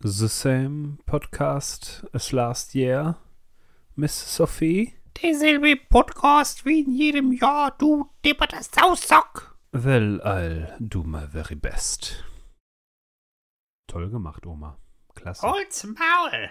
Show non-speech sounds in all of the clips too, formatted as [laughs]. the same podcast as last year, Miss Sophie? Derselbe Podcast wie in jedem Jahr, du depperter Sausock. Well, I'll do my very best. Toll gemacht, Oma. Klasse. Holz Maul.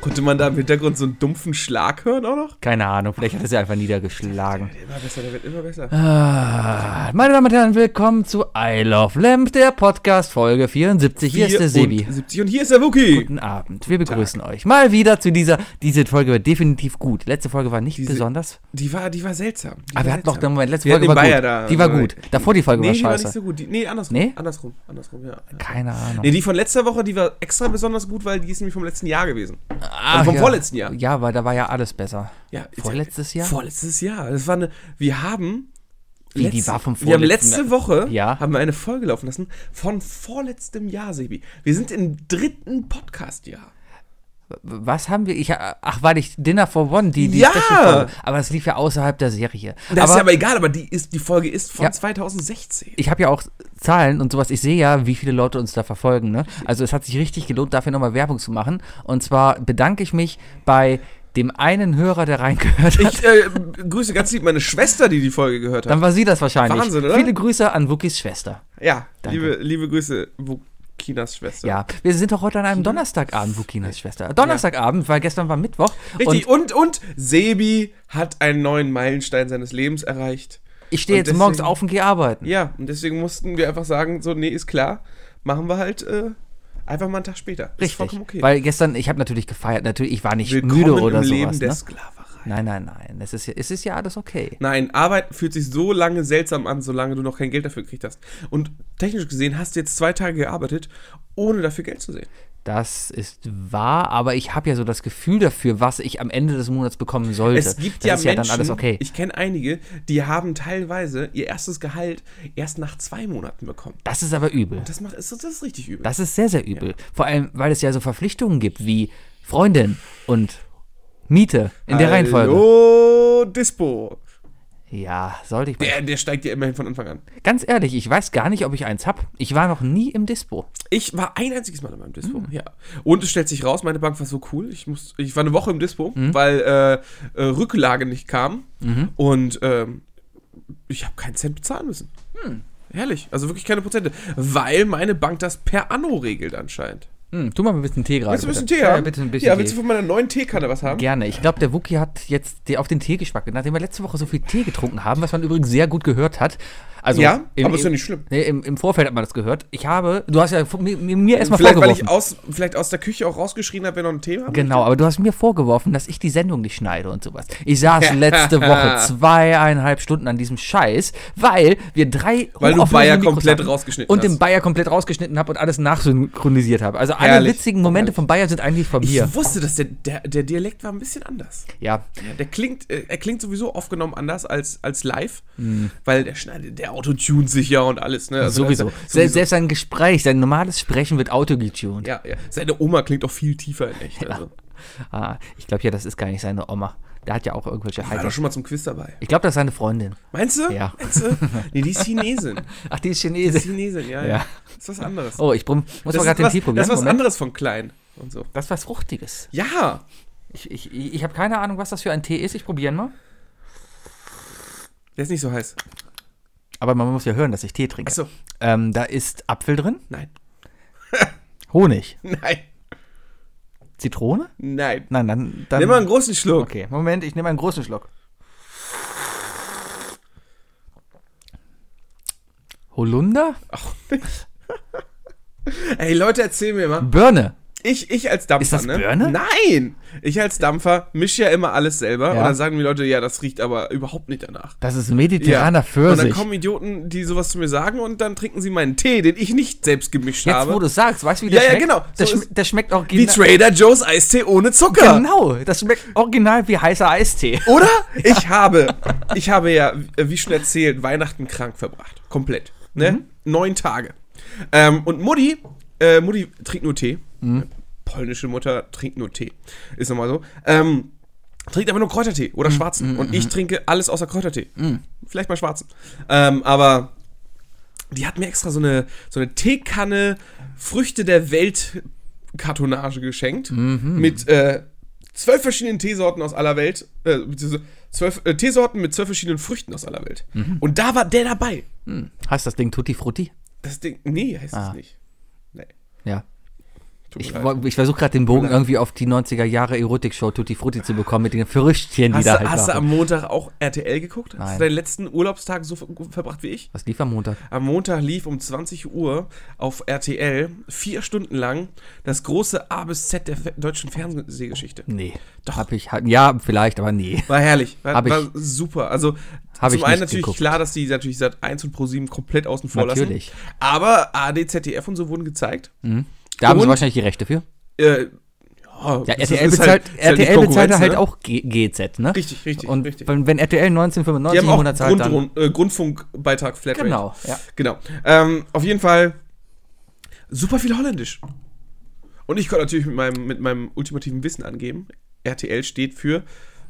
Konnte man da im Hintergrund so einen dumpfen Schlag hören auch noch? Keine Ahnung, vielleicht hat er sie einfach niedergeschlagen. Der wird immer besser, der wird immer besser. Ah, meine Damen und Herren, willkommen zu I Love Lamp, der Podcast Folge 74. Hier ist der Sebi. 74 und hier ist der Wookie. Guten Abend, wir begrüßen euch mal wieder zu dieser. Diese Folge war definitiv gut. Letzte Folge war nicht Diese- besonders, Die war, die war seltsam. Die aber Ah, wir war hatten noch seltsam. den Moment. Letzte Wir hatten Folge den Bayer war gut. da. die war gut. Davor die Folge Nee, war die war nicht scheiße. so gut. Die, nee, andersrum. Nee? Andersrum, andersrum, ja. Keine Ahnung. Nee, die von letzter Woche, die war extra besonders gut, weil die ist nämlich vom letzten Jahr gewesen. Also Ach, vom Ah, ja. vorletzten Jahr. Ja, weil da war ja alles besser. Ja, jetzt- Vorletztes Jahr? Vorletztes Jahr. Das war eine, wir haben. Wie, die war vom Wir haben vorletzten letzte Woche Ja. haben wir eine Folge laufen lassen von vorletztem Jahr, Sebi. Wir sind im dritten Podcast-Jahr. Was haben wir? Ich, ach, war nicht Dinner for One, die, die Ja! Special-Folge. Aber das lief ja außerhalb der Serie. Das ist ja aber egal, aber die, ist, die Folge ist von Ja. 2016. ich habe ja auch Zahlen und sowas. Ich sehe ja, wie viele Leute uns da verfolgen. Ne? Also es hat sich richtig gelohnt, dafür nochmal Werbung zu machen. Und zwar bedanke ich mich bei dem einen Hörer, der reingehört hat. Ich äh, grüße ganz lieb meine Schwester, die die Folge gehört hat. Dann war sie das wahrscheinlich. Wahnsinn, oder? Viele Grüße an Wookies Schwester. Ja, Danke. liebe, liebe Grüße, Bukinas Schwester. Ja, wir sind doch heute an Hm. einem Donnerstagabend, Wukinas Schwester. Donnerstagabend, weil gestern war Mittwoch. Richtig, und, Und und, Sebi hat einen neuen Meilenstein seines Lebens erreicht. ich stehe und jetzt morgens deswegen- auf und gehe arbeiten. Ja, und deswegen mussten wir einfach sagen, so, nee, ist klar, machen wir halt äh, einfach mal einen Tag später. Ist Richtig. vollkommen okay. Weil gestern, ich habe natürlich gefeiert, natürlich, ich war nicht Willkommen müde oder im sowas. Leben der ne? Sklaverei. Nein, nein, nein. Es ist, ja- es ist ja alles okay. Nein, Arbeit fühlt sich so lange seltsam an, solange du noch kein Geld dafür gekriegt hast. Und technisch gesehen hast du jetzt zwei Tage gearbeitet, ohne dafür Geld zu sehen. Das ist wahr, aber ich habe ja so das Gefühl dafür, was ich am Ende des Monats bekommen sollte. Es gibt das ja ist Menschen, ja dann alles okay. ich kenne einige, die haben teilweise ihr erstes Gehalt erst nach zwei Monaten bekommen. das ist aber übel. Das, macht, ist, das ist richtig übel. Das ist sehr, sehr übel. Vor allem, weil es ja so Verpflichtungen gibt wie Freundin und Miete in der Reihenfolge. Hallo, Dispo. Ja, sollte ich mal. Der, der steigt ja immerhin von Anfang an. Ganz ehrlich, ich weiß gar nicht, ob ich eins hab. Ich war noch nie im Dispo. Ich war ein einziges Mal in meinem Hm. Dispo, ja. Und es stellt sich raus, meine Bank war so cool. Ich, muss, ich war eine Woche im Dispo, Hm. weil äh, äh, Rücklage nicht kam. Mhm. Und ähm, ich habe keinen Cent bezahlen müssen. Hm. Herrlich. Also wirklich keine Prozente. Weil meine Bank das per Anno regelt anscheinend. Hm, tu mal ein bisschen Tee gerade. Willst du ein bisschen bitte. Tee haben? Ja, bitte ein bisschen Ja, Tee. willst du von meiner neuen Teekanne was haben? Gerne. Ich glaube, der Wookie hat jetzt die- auf den Tee geschmackt. Nachdem wir letzte Woche so viel Tee getrunken haben, was man übrigens sehr gut gehört hat. Also Ja, im, aber ist ja im- nicht schlimm. Nee, im, im Vorfeld hat man das gehört. Ich habe, du hast ja vor- mir, mir- mir erstmal Vielleicht, weil ich vorgeworfen. aus, vielleicht aus der Küche auch rausgeschrien habe, wenn noch ein Thema Genau, aber du hast mir vorgeworfen, dass ich die Sendung nicht schneide und sowas. Ich saß [laughs] letzte Woche zweieinhalb Stunden an diesem Scheiß, weil wir drei Weil du hochauflösende Bayer Mikros komplett hatten rausgeschnitten Und den hast. Bayer komplett rausgeschnitten habe und alles nachsynchronisiert habe. Also alle Herrlich. witzigen Momente von Bayer sind eigentlich von Ich mir. wusste, dass der, der, der Dialekt war ein bisschen anders. Ja. Ja, der klingt, äh, er klingt sowieso aufgenommen anders als, als live, weil der schneidet, der autotunt sich ja und alles, ne? Also Mhm. Sowieso. das ist ja- Sel- Selbst sein Gespräch, sein normales Sprechen wird autogetuned. [laughs] Ja, ja. Seine Oma klingt auch viel tiefer in echt. Also. Ah, ich glaube ja, das ist gar nicht seine Oma. Der hat ja auch irgendwelche War doch Heiter. schon mal zum Quiz dabei. Ich glaube, das ist seine Freundin. Meinst du? Ja. Meinst du? Nee, die ist Chinesin. Ach, [laughs] die ist Die ist Chinesin. Chinesin, ja, ja. Ja. Ist was anderes. Oh, ich brumm, muss mal ist gerade den was, Tee probieren. Das ist was Moment. anderes von klein und so. Das ist was Fruchtiges. Ja. Ich, ich, ich habe keine Ahnung, was das für ein Tee ist. Ich probiere mal. Der ist nicht so heiß. Aber man muss ja hören, dass ich Tee trinke. Achso. Ähm, da ist Apfel drin, Nein. [laughs] Honig, Nein. Zitrone. Nein. Nein, dann. dann Nimm mal einen großen Schluck. okay, Moment, ich nehme einen großen Schluck. Holunder? [laughs] Ey, Leute, erzähl mir mal. Birne. Ich, ich als Dampfer, Ist das ne? Birne? Nein! Ich als Dampfer mische ja immer alles selber. Ja. Und dann sagen mir Leute, ja, das riecht aber überhaupt nicht danach. Das ist mediterraner ja. Und dann Pfirsich. kommen Idioten, die sowas zu mir sagen und dann trinken sie meinen Tee, den ich nicht selbst gemischt Jetzt, habe. wo du es sagst, weißt du, wie Ja, der ja, schmeckt? genau. Der, So schm ist- der schmeckt Wie original. Trader Joe's Eistee ohne Zucker. Genau, das schmeckt original wie heißer Eistee. Oder? Ich habe, ich habe ja, äh, wie schon erzählt, Weihnachten krank verbracht. Komplett. Ne? Neun Tage. Ähm, und Mutti, äh, Mutti trinkt nur Tee. Polnische Mutter trinkt nur Tee. Ist nochmal so. Ähm, Trinkt aber nur Kräutertee oder schwarzen. Und ich trinke alles außer Kräutertee. Vielleicht mal schwarzen. Ähm, aber die hat mir extra so eine, so eine Teekanne Früchte der Welt Kartonage geschenkt. Mhm. Mit äh, zwölf verschiedenen Teesorten aus aller Welt. Äh, beziehungsweise zwölf äh, Teesorten mit zwölf verschiedenen Früchten aus aller Welt. Mhm. Und da war der dabei. Oh. Heißt das Ding Tutti Frutti? Das Ding, nee, heißt es nicht. Nee, tut mir Ja. Ah. Ich, leid. wo- ich versuche gerade den Bogen irgendwie auf die 90er Jahre Erotik-Show Tutti Frutti zu bekommen mit den Früchtchen, die Hast, da du, halt hast du waren. am Montag auch RTL geguckt? Hast Nein. du deinen letzten Urlaubstag so ver verbracht wie ich? Was lief am Montag? Am Montag lief um 20 Uhr auf RTL vier Stunden lang das große A bis Z der fe deutschen Fernsehgeschichte. Nee. Doch. Hab ich, halt- ja, vielleicht, aber nee. War herrlich, war, Hab ich- war super. Also Hab zum ich einen nicht natürlich geguckt. klar, dass die natürlich seit 1 und Pro 7 komplett außen vor Natürlich. lassen. Aber AD, ZDF und so wurden gezeigt. Da haben sie Und- wahrscheinlich die Rechte für. Äh, Ja, das RTL ist halt- bezahlt halt, ist halt nicht RTL bezahlt Konkurrenz, halt ne? auch G GZ, ne? Richtig, richtig, Und richtig. Wenn, wenn RTL 1995 Die haben im auch Monat zahlt, dann. Grundrun- äh, Grundfunk-Beitrag Flatrate. Genau, ja. Genau. Ähm, auf jeden Fall super viel Holländisch. Und ich konnte natürlich mit meinem, mit meinem ultimativen Wissen angeben. RTL steht für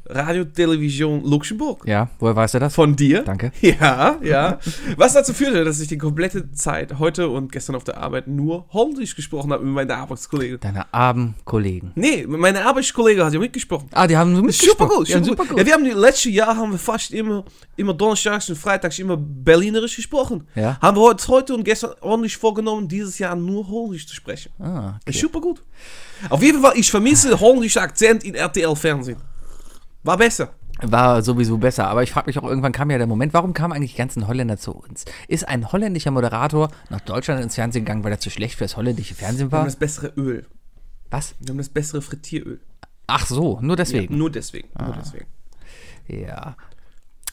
Radio Television Luxemburg. Ja, woher weißt du das? Von dir. Danke. [laughs] Ja, ja. Was dazu führte, dass ich die komplette Zeit heute und gestern auf der Arbeit nur Holländisch gesprochen habe mit meiner Arbeitskollegen. Deine armen Kollegen. Nee, meine Arbeitskollege hat ja mitgesprochen. Ah, die haben so Super gut, Ja, super super gut. Ja, wir haben die letzten Jahre haben wir fast immer, immer donnerstags und freitags immer Berlinerisch gesprochen. Ja. Haben wir heute, heute und gestern ordentlich vorgenommen, dieses Jahr nur Holländisch zu sprechen. Ah, Ist super gut. Auf jeden Fall, ich vermisse den holländischen Akzent in RTL Fernsehen. War besser. War sowieso besser, aber ich frage mich auch, irgendwann kam ja der Moment, warum kamen eigentlich die ganzen Holländer zu uns? Ist ein holländischer Moderator nach Deutschland ins Fernsehen gegangen, weil er zu schlecht für das holländische Fernsehen Wir haben war? das bessere Öl. Was? Wir haben das bessere Frittieröl. Ach so, nur deswegen. Nur deswegen. Nur deswegen. Ja.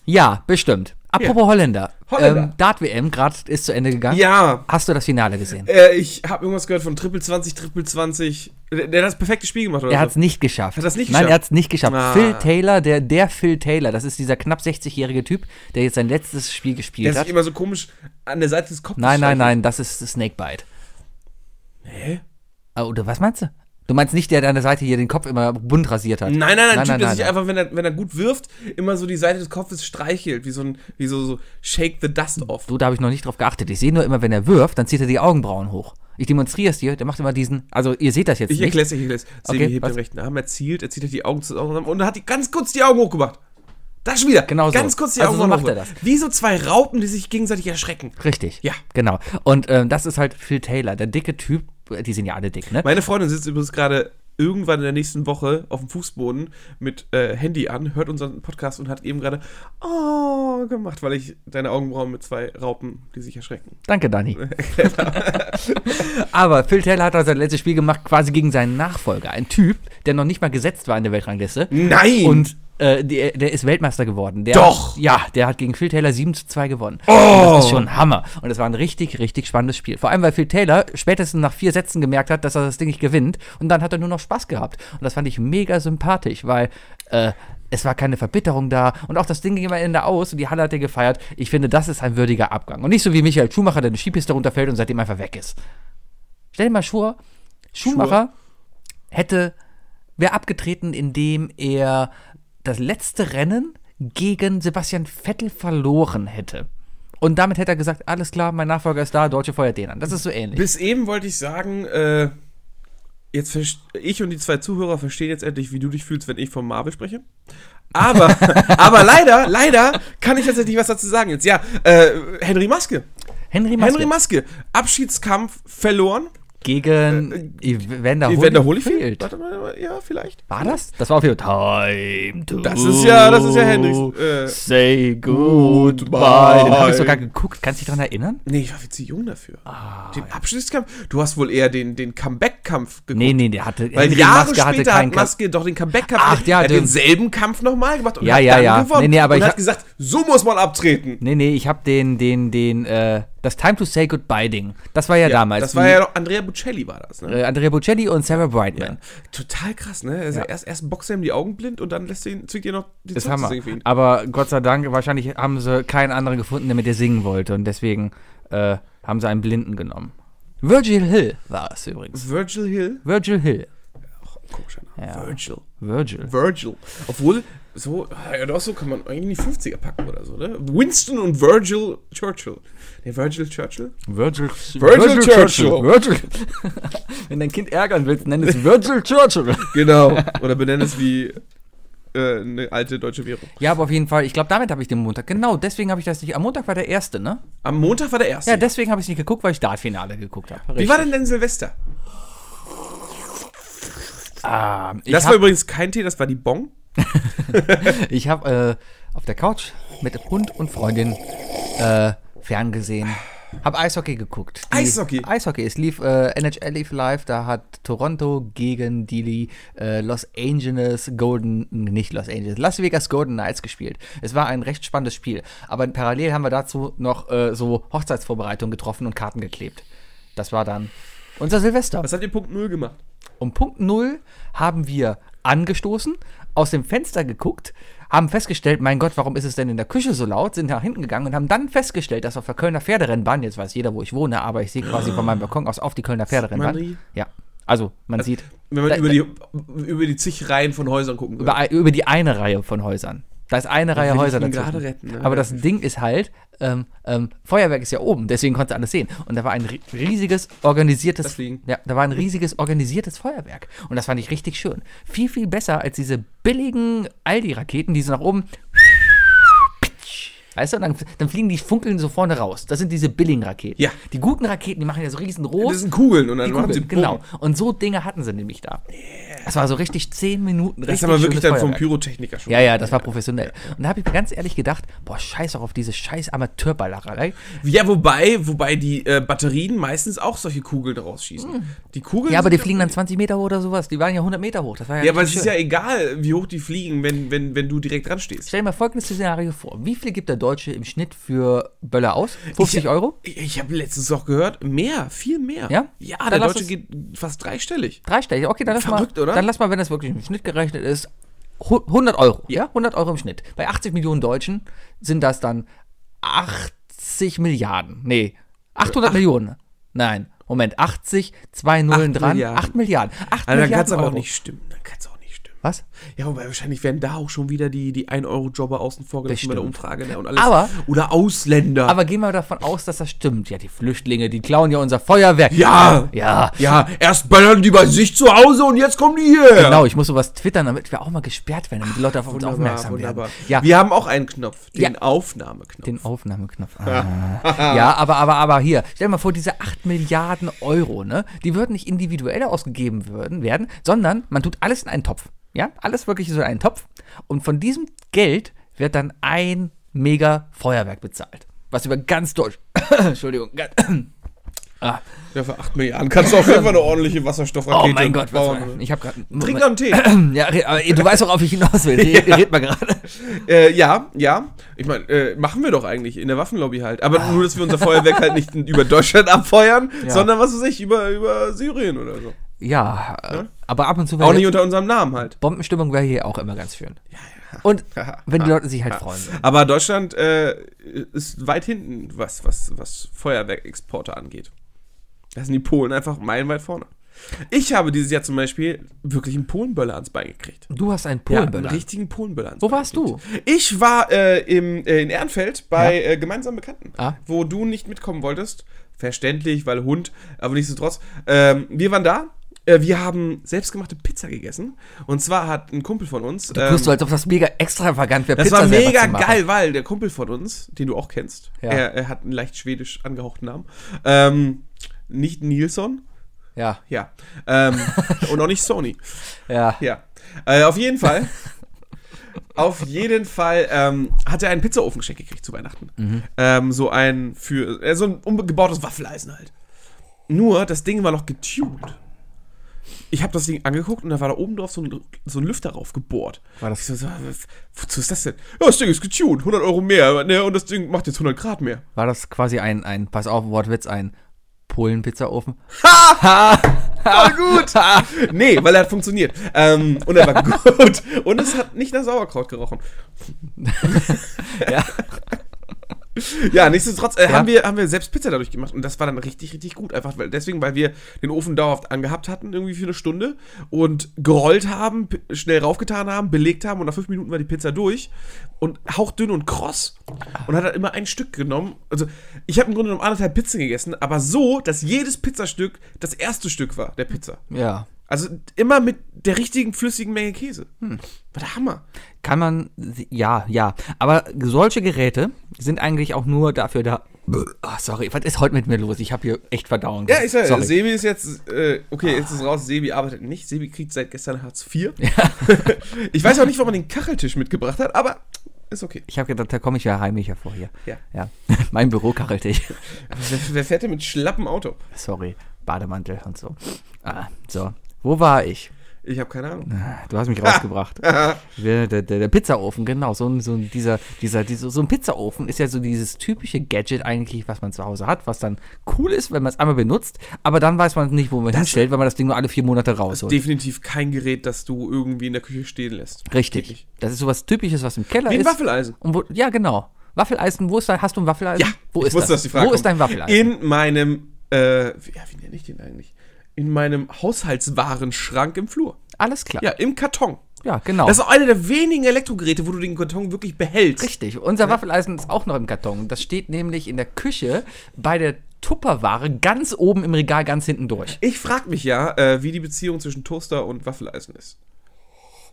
Ja, bestimmt. Apropos Holländer. Holländer. Ähm, Dart-WM gerade ist zu Ende gegangen. Ja, Hast du das Finale gesehen? äh, ich habe irgendwas gehört von Triple 20, Triple 20. Der, der hat das perfekte Spiel gemacht, oder? Er so? hat es nicht geschafft. äh, Hat er's nicht Nein, er geschafft? hat es nicht geschafft. Ah. Phil Taylor, der, der Phil Taylor, das ist dieser knapp 60-jährige Typ, der jetzt sein letztes Spiel Der gespielt sich hat. immer so komisch an der Seite des Kopfes Nein, nein, streichelt. nein, das ist Snakebite. Hä? Ah, Oder was meinst du? Du meinst nicht, der an der Seite hier den Kopf immer bunt rasiert hat? Nein, nein, nein, ein Typ, der sich nein. einfach, wenn er, wenn er gut wirft, immer so die Seite des Kopfes streichelt, wie so ein, wie so, so shake the dust off. Du, da habe ich noch nicht drauf geachtet. Ich sehe nur immer, wenn er wirft, dann zieht er die Augenbrauen hoch. Ich demonstriere es dir, der macht immer diesen, also ihr seht das jetzt Ich nicht. erkläre es, ich erkläre es. Sebi Okay, hebt was? den rechten Arm, er zielt, er zieht halt die Augen zusammen und hat die ganz kurz die Augen hochgemacht. Das wieder. Genau so. Ganz kurz die Also Augen so macht er hochgemacht. Wie so zwei Raupen, die sich gegenseitig erschrecken. Richtig. Ja. Genau. Und ähm, das ist halt Phil Taylor, der dicke Typ. Die sind ja alle dick, ne? Meine Freundin sitzt übrigens gerade irgendwann in der nächsten Woche auf dem Fußboden mit äh, Handy an, hört unseren Podcast und hat eben gerade oh gemacht, weil ich deine Augenbrauen mit zwei Raupen, die sich erschrecken. [laughs] Danke, Dani. [laughs] Aber Phil Taylor hat da sein letztes Spiel gemacht, quasi gegen seinen Nachfolger. Ein Typ, der noch nicht mal gesetzt war in der Weltrangliste. Nein! Und äh, der, der ist Weltmeister geworden. Der, Doch! Ja, der hat gegen Phil Taylor 7 zu 2 gewonnen. Oh! Das ist schon Hammer. Und es war ein richtig, richtig spannendes Spiel. Vor allem, weil Phil Taylor spätestens nach vier Sätzen gemerkt hat, dass er das Ding nicht gewinnt. Und dann hat er nur noch Spaß gehabt. Und das fand ich mega sympathisch, weil äh, es war keine Verbitterung da. Und auch das Ding ging am Ende aus und die Halle hat er gefeiert. Ich finde, das ist ein würdiger Abgang. Und nicht so wie Michael Schumacher, der eine Skipiste runterfällt und seitdem einfach weg ist. Stell dir mal vor, Schumacher hätte wäre abgetreten, indem er das letzte Rennen gegen Sebastian Vettel verloren hätte. Und damit hätte er gesagt, alles klar, mein Nachfolger ist da, Deutsche feuert den an. Das ist so ähnlich. Bis eben wollte ich sagen, äh, jetzt verst- ich und die zwei Zuhörer verstehen jetzt endlich, wie du dich fühlst, wenn ich von Marvel spreche. Aber, aber leider, leider kann ich tatsächlich was dazu sagen jetzt. Ja, äh, Henry Maske. Henry Maske Henry Maske. Abschiedskampf verloren. gegen Evander Evander Äh, Holyfield. Holyfield. Warte mal, ja, vielleicht. War das? Das war auf jeden Fall Time to Das ist ja, das ist ja Henrys. Äh, Say goodbye. Den habe ich sogar geguckt. Kannst du dich daran erinnern? nee, ich war viel zu jung dafür. Ah, den Abschiedskampf? Du hast wohl eher den, den Comeback-Kampf geguckt. Nee, nee, der hatte. Weil Henry Jahre Maske hatte später keinen hat Kampf. Maske doch den Comeback-Kampf Ach, gemacht. ja, er hat den- denselben Kampf nochmal gemacht und Ja, hat ja, dann ja. gewonnen. Nee, nee, aber und ich hat hab- gesagt, so muss man abtreten. Nee, nee, ich habe den, den, den, äh, das Time to Say Goodbye-Ding. Das war ja, damals. das war ja noch, Andrea Bocelli war das, ne? äh, Andrea Bocelli und Sarah Brightman. Total krass, ne? Also erst, erst boxt er ihm die Augen blind und dann lässt er ihn, zwickt ihr noch die Ist Zunge zu Hammer. singen für ihn. Aber Gott sei Dank, wahrscheinlich haben sie keinen anderen gefunden, der mit dir singen wollte. Und deswegen äh, haben sie einen Blinden genommen. Virgil Hill war es übrigens. Virgil Hill, Virgil Hill. Komischer Name. Ja. Virgil. Virgil. Virgil. Obwohl, so, ja, doch so kann man eigentlich in die 50er packen oder so, ne? Winston und Virgil Churchill. Ne, Virgil Churchill? Virgil, Virgil Churchill. Virgil. [laughs] Wenn dein Kind ärgern willst, nenn es Virgil Churchill. Genau. [laughs] Oder benenne es wie äh, eine alte deutsche Währung. Ja, aber auf jeden Fall, ich glaube, damit habe ich den Montag. Genau, deswegen habe ich das nicht. Am Montag war der erste, ne? Am Montag war der erste. Ja, deswegen habe ich nicht geguckt, weil ich Dartfinale geguckt habe. wie war denn denn Silvester? Ah, ich Das hab- war übrigens kein Tee, das war die Bong. Ich habe äh, auf der Couch mit Hund und Freundin äh, ferngesehen. Hab Eishockey geguckt. Die- Eishockey? Eishockey. Es lief äh, NHL lief live. Da hat Toronto gegen die äh, Los Angeles Golden, nicht Los Angeles, Las Vegas Golden Knights gespielt. Es war ein recht spannendes Spiel. Aber parallel haben wir dazu noch äh, so Hochzeitsvorbereitungen getroffen und Karten geklebt. Das war dann unser Silvester. Was habt ihr Punkt Null gemacht? Um Punkt Null haben wir angestoßen, aus dem Fenster geguckt, haben festgestellt, mein Gott, warum ist es denn in der Küche so laut, sind nach hinten gegangen und haben dann festgestellt, dass auf der Kölner Pferderennbahn, jetzt weiß jeder, wo ich wohne, aber ich sehe quasi von meinem Balkon aus auf die Kölner Ah. Sieht man die? Pferderennbahn. Ja, also man sieht Wenn man Da- über, die, über die zig Reihen von Häusern gucken würde. über, ei- über die eine Reihe von Häusern. Da ist eine Reihe will ich Häuser ihn dazwischen. gerade retten, ne? Aber das Ding ist halt, ähm, ähm, Feuerwerk ist ja oben, deswegen konnte alles sehen. Und da war ein ri- riesiges Das organisiertes, Fliegen. ja, da war ein riesiges organisiertes Feuerwerk. Und das fand ich richtig schön. Viel viel besser als diese billigen Aldi-Raketen, die so nach oben. Weißt du, und dann, dann fliegen die Funkeln so vorne raus. Das sind diese billigen Raketen. Ja. Die guten Raketen, die machen ja so riesen rot. Das sind Kugeln und dann die machen sie Kugeln, genau. Bumm. Und so Dinge hatten sie nämlich da. Das war so richtig 10 Minuten Das richtig ist aber wirklich schönes dann vom Feuerwerk. Pyrotechniker schon. Ja, ja, das war professionell. Und da habe ich mir ganz ehrlich gedacht, boah, scheiß auch auf diese scheiß Amateurballerei. Ja, wobei, wobei die äh, Batterien meistens auch solche Kugeln rausschießen. Die Kugeln. Hm. Ja, aber sind die fliegen dann 20 Meter hoch oder sowas. Die waren ja 100 Meter hoch. Das war ja, Ja, aber es richtig ist schön. ja egal, wie hoch die fliegen, wenn, wenn, wenn du direkt dran stehst. Stell dir mal folgendes Szenario vor. Wie viel gibt der Deutsche im Schnitt für Böller aus? 50 Ich- Euro? Ich, ich habe letztens auch gehört, mehr, viel mehr. Ja? Ja, Dann der lass Deutsche uns- geht fast dreistellig. Dreistellig. Okay, dann lass Verrückt, mal, oder? dann lass mal, wenn das wirklich im Schnitt gerechnet ist, hu- 100 Euro. Ja, 100 Euro im Schnitt. Bei 80 Millionen Deutschen sind das dann 80 Milliarden. Nee, 800 Millionen. Nein, Moment, 80, zwei Nullen Acht dran, Milliarden. 8 Milliarden. 8 Also, dann kann es Milliarden aber auch Euro. nicht stimmen. Dann kann es auch nicht stimmen. Was? Ja, wobei wahrscheinlich werden da auch schon wieder die, die 1-Euro-Jobber außen vor gelassen bei der Bestimmt. Umfrage ne, und alles. Aber- Oder Ausländer. Aber gehen wir davon aus, dass das stimmt. Ja, die Flüchtlinge, die klauen ja unser Feuerwerk. ja, Ja. ja, erst böllern die bei sich zu Hause und jetzt kommen die hier. Genau, ich muss sowas twittern, damit wir auch mal gesperrt werden, damit die Leute auf uns aufmerksam werden. Ja, Wir haben auch einen Knopf, den Ja. Aufnahmeknopf. den Aufnahmeknopf. Ah. ja, aber, aber, aber hier, stell dir mal vor, diese 8 Milliarden Euro, ne, die würden nicht individuell ausgegeben würden, werden, sondern man tut alles in einen Topf. Ja, alles wirklich so in einen Topf. Und von diesem Geld wird dann ein mega Feuerwerk bezahlt. Was über ganz Deutsch. [coughs] Entschuldigung, ganz, Ja, für 8 Milliarden kannst du auf jeden Fall eine ordentliche Wasserstoffrakete Oh mein Gott, was war, bauen. ich habe gerade. Trink noch einen Tee. [coughs] Ja, re- aber du weißt, worauf ich hinaus [laughs] will. Red, red mal gerade. Äh, ja, ja. Ich meine, äh, machen wir doch eigentlich in der Waffenlobby halt. Aber nur, dass wir unser Feuerwerk halt nicht über Deutschland [laughs] abfeuern, sondern was weiß ich, über, über Syrien oder so. Ja, äh, aber ab und zu Auch wäre nicht jetzt- unter unserem Namen halt. Bombenstimmung wäre hier auch immer ganz schön. [laughs] Und wenn die Leute sich halt freuen. würden. Aber Deutschland äh, ist weit hinten, was, was, was Feuerwerkexporte angeht. Da sind die Polen einfach meilenweit vorne. Ich habe dieses Jahr zum Beispiel wirklich einen Polenböller ans Bein gekriegt. Du hast einen Ja, einen Polenböller. richtigen Polenböller. ans Wo Bein warst gekriegt. Ich war äh, im, äh, in Ehrenfeld bei äh, gemeinsamen Bekannten, Ah. wo du nicht mitkommen wolltest. Verständlich, weil Hund, aber nichtsdestotrotz. Ähm, wir waren da. Äh, wir haben selbstgemachte Pizza gegessen. Und zwar hat ein Kumpel von uns. ähm, du tust so, als ob das mega extravagant wäre. Das Pizza war selber mega zu machen. geil, weil der Kumpel von uns, den du auch kennst, Ja. er, er hat einen leicht schwedisch angehauchten Namen. Ähm, nicht Nilsson, Ja, ja. Ähm, [laughs] und auch nicht Sony, ja. ja. Äh, auf jeden Fall. [laughs] Auf jeden Fall ähm, hat er einen Pizzaofen geschenkt gekriegt zu Weihnachten. Mhm. Ähm, so ein für äh, so ein umgebautes Waffeleisen halt. Nur das Ding war noch getuned. Ich habe das Ding angeguckt und da war da oben drauf so ein, so ein Lüfter raufgebohrt. War das- ich so, so, was- wozu ist das denn? Ja, das Ding ist getuned, 100 Euro mehr. Ne, und das Ding macht jetzt 100 Grad mehr. War das quasi ein, ein pass auf, Wortwitz, ein Polen-Pizzaofen? [laughs] [laughs] Voll gut! [laughs] nee, weil er hat funktioniert. Ähm, und er war gut. Und es hat nicht nach Sauerkraut gerochen. Ja. [laughs] Ja, nichtsdestotrotz äh, Haben, wir, haben wir selbst Pizza dadurch gemacht und das war dann richtig, richtig gut. Einfach weil, deswegen, weil wir den Ofen dauerhaft angehabt hatten, irgendwie für eine Stunde und gerollt haben, p- schnell raufgetan haben, belegt haben und nach fünf Minuten war die Pizza durch und hauchdünn und kross und hat dann immer ein Stück genommen. Also ich habe im Grunde genommen anderthalb Pizzen gegessen, aber so, dass jedes Pizzastück das erste Stück war der Pizza. Ja. Also immer mit der richtigen flüssigen Menge Käse. War der Hammer. Kann man, ja, ja. Aber solche Geräte sind eigentlich auch nur dafür da. Ah, sorry, was ist heute mit mir los? Ich habe hier echt Verdauung. Ja, ich sag, Sorry. Sebi ist jetzt, äh, okay, jetzt ist raus, Sebi arbeitet nicht. Sebi kriegt seit gestern Hartz IV. [laughs] ich weiß auch nicht, warum man den Kacheltisch mitgebracht hat, aber ist okay. Ich habe gedacht, da komme ich ja heimlich hervor hier. Ja. ja. [laughs] mein Büro kachelt ich. Wer, wer fährt denn mit schlappem Auto? Sorry, Bademantel und so. Ah, so, wo war ich? Ich habe keine Ahnung. Du hast mich [laughs] rausgebracht. der, der, der der Pizzaofen, genau. So ein, so ein, dieser, dieser, dieser, so ein Pizzaofen ist ja so dieses typische Gadget eigentlich, was man zu Hause hat, was dann cool ist, wenn man es einmal benutzt, aber dann weiß man nicht, wo man hinstellt, weil man das Ding nur alle vier Monate rausholt. Definitiv kein Gerät, das du irgendwie in der Küche stehen lässt. Richtig. Das ist sowas Typisches, was im Keller Wie ein ist. Waffeleisen. Und wo, ja, genau. Waffeleisen, wo ist dein, hast du ein Waffeleisen? Ja, wo ich ist wusste, dass das? die Frage wo ist dein kommt. Waffeleisen? In meinem, äh, wie- ja, wie nenne ich den eigentlich? In meinem Haushaltswarenschrank im Flur. Alles klar. Ja, im Karton. Ja, genau. Das ist auch einer der wenigen Elektrogeräte, wo du den Karton wirklich behältst. Richtig, unser Waffeleisen ist auch noch im Karton. Das steht nämlich in der Küche bei der Tupperware ganz oben im Regal, ganz hinten durch. Ich frage mich ja, äh, wie die Beziehung zwischen Toaster und Waffeleisen ist.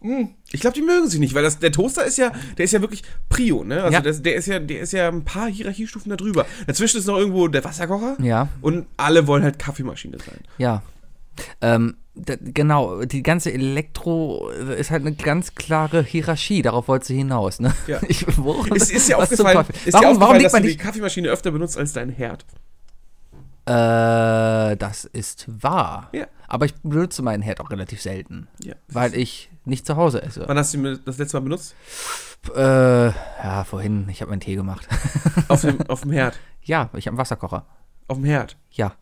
Hm, Ich glaube, die mögen sich nicht, weil das, der Toaster ist ja, der ist ja wirklich Prio, ne? Also Ja. Das, der ist ja, der ist ja ein paar Hierarchiestufen da drüber. Dazwischen ist noch irgendwo der Wasserkocher. Ja. Und alle wollen halt Kaffeemaschine sein. Ja. Ähm, da, genau, die ganze Elektro äh, ist halt eine ganz klare Hierarchie, darauf wolltest du hinaus, ne? Ja. [laughs] Ich, wo, Ist, ist dir [laughs] was zum aufgefallen, Teufel? ist dir warum, aufgefallen warum legt dass man du die nicht? Kaffeemaschine öfter benutzt als deinen Herd? Äh, das ist wahr. Ja. Aber ich benutze meinen Herd auch relativ selten, Ja. weil ich nicht zu Hause esse. Wann hast du ihn das letzte Mal benutzt? Äh, ja, vorhin, ich habe meinen Tee gemacht. [laughs] Auf dem, auf dem Herd. ja, ich habe einen Wasserkocher. Auf dem Herd. Ja.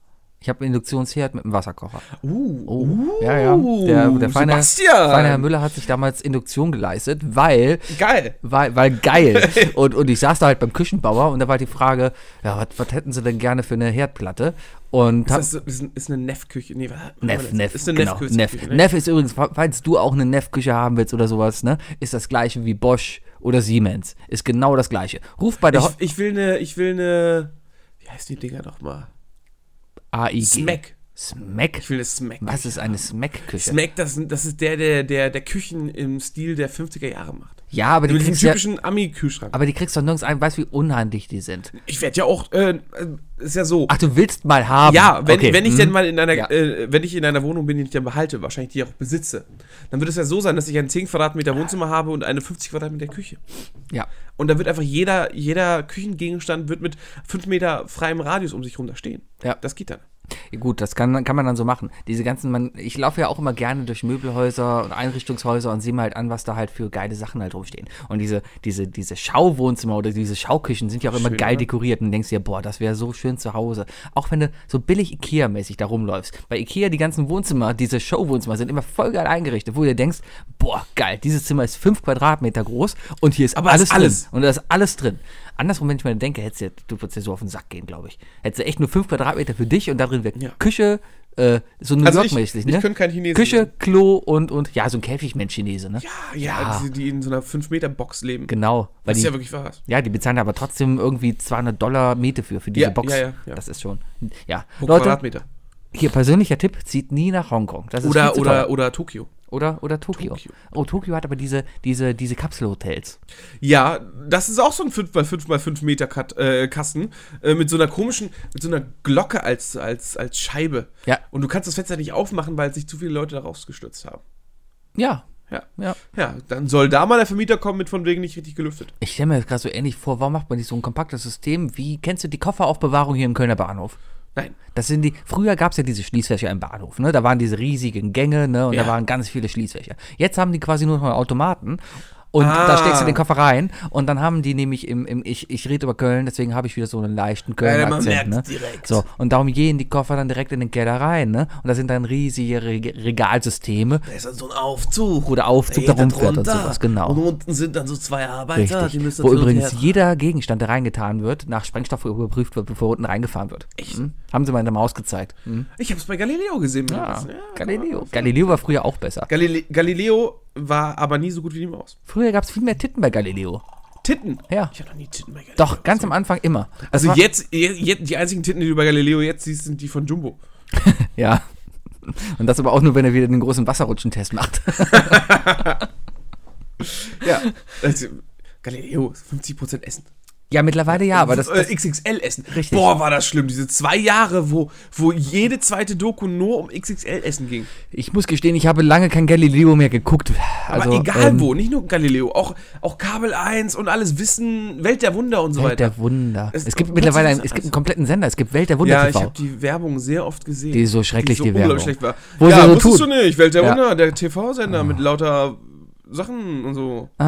Ich habe einen Induktionsherd mit einem Wasserkocher. Uh, Oh. Ja, ja. Der, der feine, Sebastian! feine Herr Müller hat sich damals Induktion geleistet, weil, Geil. weil, [laughs] weil geil. und, und ich saß da halt beim Küchenbauer und da war halt die Frage, ja, was, was hätten sie denn gerne für eine Herdplatte? Und hab, Das ist, das ist eine Neffküche. Nee, was- Neff, Neff, Ist eine ne? genau, Neffküche. Neff. Neff ist übrigens, falls du auch eine Neff-Küche haben willst oder sowas, ne, ist das gleiche wie Bosch oder Siemens. Ist genau das gleiche. Ruf bei der Ho- Ich, ich will eine, ich will eine, wie heißt die Dinger nochmal? AIG. Smack. Smack? Ich will eine Smack. Was ist eine Smack-Küche? Smack, das, sind- das ist der, der, der, der Küchen im Stil der 50er Jahre macht. Ja, aber die Mit diesem kriegst ja, typischen Ami-Kühlschrank. aber die kriegst doch nirgends ein, weißt wie unhandlich die sind. Ich werde ja auch, äh, ist ja so. Ach, du willst mal haben. Ja, wenn, Okay, wenn ich hm. denn mal in einer, Ja. äh, wenn ich in einer Wohnung bin, die ich dann behalte, wahrscheinlich die auch besitze, dann wird es ja so sein, dass ich ein 10 Quadratmeter Wohnzimmer habe und eine 50 Quadratmeter Küche. Hm? Ja. Und da wird einfach jeder, jeder Küchengegenstand wird mit 5 Meter freiem Radius um sich rum da stehen. Ja. Das geht dann. ja, gut, das kann, kann man dann so machen. Diese ganzen, man, ich laufe ja auch immer gerne durch Möbelhäuser und Einrichtungshäuser und sehe mir halt an, was da halt für geile Sachen halt rumstehen. Und diese, diese, diese Schauwohnzimmer oder diese Schauküchen sind ja auch immer Schön, geil ne? dekoriert und denkst dir, boah, das wäre so schön zu Hause. Auch wenn du so billig Ikea-mäßig da rumläufst. Bei Ikea die ganzen Wohnzimmer, diese Showwohnzimmer sind immer voll geil eingerichtet, wo du dir denkst, boah, geil, dieses Zimmer ist fünf Quadratmeter groß und hier ist Aber alles, ist alles. drin. Und da ist alles drin. Andersrum, wenn ich mir denke, hättest du, du würdest dir so auf den Sack gehen, glaube ich. Hättest du echt nur fünf Quadratmeter für dich und darin wäre Ja. Küche, äh, so New Also ich- ich York-mäßig, ne? könnte kein Chinese Küche, sein. Klo und, und, ja, so ein Käfigmensch-Chinese, ne? Ja, ja, Die, die in so einer 5 Meter Box leben. Genau. Weil Das ist die, ja wirklich wahr. ja, die bezahlen aber trotzdem irgendwie 200 Dollar Miete für, für diese Ja, Box. ja, ja, ja. Das ist schon, ja. Pro Leute, Quadratmeter. hier persönlicher Tipp, zieht nie nach Hongkong. Das ist viel Oder, zu oder, teuer. oder Tokio. oder, oder Tokio. Tokio. Oh, Tokio hat aber diese, diese, diese Kapselhotels. Ja, das ist auch so ein 5x5x5 Meter Kat äh, Kasten äh, mit so einer komischen, mit so einer Glocke als, als, als Scheibe. Ja. Und du kannst das Fenster nicht aufmachen, weil sich zu viele Leute darauf gestürzt haben. Ja, Ja. ja. Ja, dann soll da mal der Vermieter kommen mit von wegen nicht richtig gelüftet. Ich stelle mir das gerade so ähnlich vor, warum macht man nicht so ein kompaktes System? Wie kennst du die Kofferaufbewahrung hier im Kölner Bahnhof? Nein. Das sind die, früher gab es ja diese Schließfächer im Bahnhof, ne? Da waren diese riesigen Gänge, ne? Und da Ja. waren ganz viele Schließfächer. Jetzt haben die quasi nur noch Automaten. Und da Ah. steckst du den Koffer rein. Und dann haben die nämlich im, im ich, ich rede über Köln, deswegen habe ich wieder so einen leichten Ja, man Köln-Akzent. Ne? merkt's direkt. So, und darum gehen die Koffer dann direkt in den Keller rein. Ne? Und da sind dann riesige Re Regalsysteme, Da ist dann so ein Aufzug. wo der Aufzug da geht dann rumfährt und runter. sowas. Genau. Und unten sind dann so zwei Arbeiter, Richtig. Also, die müssen Wo dann hin und übrigens her- jeder Gegenstand, der reingetan wird, nach Sprengstoff überprüft wird, bevor unten reingefahren wird. Echt? Mhm. Haben sie mal in der Maus gezeigt. Mhm. Ich hab's bei Galileo gesehen. Ja. Galileo. Galileo war früher auch besser. Galile Galileo war aber nie so gut wie die Maus. Früher gab es viel mehr Titten bei Galileo. Titten. Ja. Ich hab noch nie Titten bei Galileo. Doch, ganz am Anfang immer. Das Also war- jetzt, je- je- die einzigen Titten, die du bei Galileo jetzt siehst, sind die von Jumbo. Ja. [laughs] Und das aber auch nur, wenn er wieder den großen Wasserrutschentest macht. [laughs] Ja. [laughs] Also, Galileo, 50% Essen. ja, mittlerweile ja, aber das, Äh, das XXL Essen. Richtig. Boah, war das schlimm. Diese zwei Jahre, wo, wo jede zweite Doku nur um XXL Essen ging. ich muss gestehen, ich habe lange kein Galileo mehr geguckt. Aber Also, egal ähm, wo, nicht nur Galileo, auch, auch Kabel 1 und alles Wissen, Welt der Wunder und so Welt weiter. der Wunder. Es- Es, gibt mittlerweile einen, plötzlich es ist gibt einen alles- kompletten Sender. Es gibt Welt der Wunder ja, ich TV. habe die Werbung sehr oft gesehen. Die ist so schrecklich, die Werbung. unglaublich schlecht war. Wo ja, sie so wusstest tun. du nicht, Welt der Ja. Wunder, der TV-Sender mit lauter Sachen und so. ah.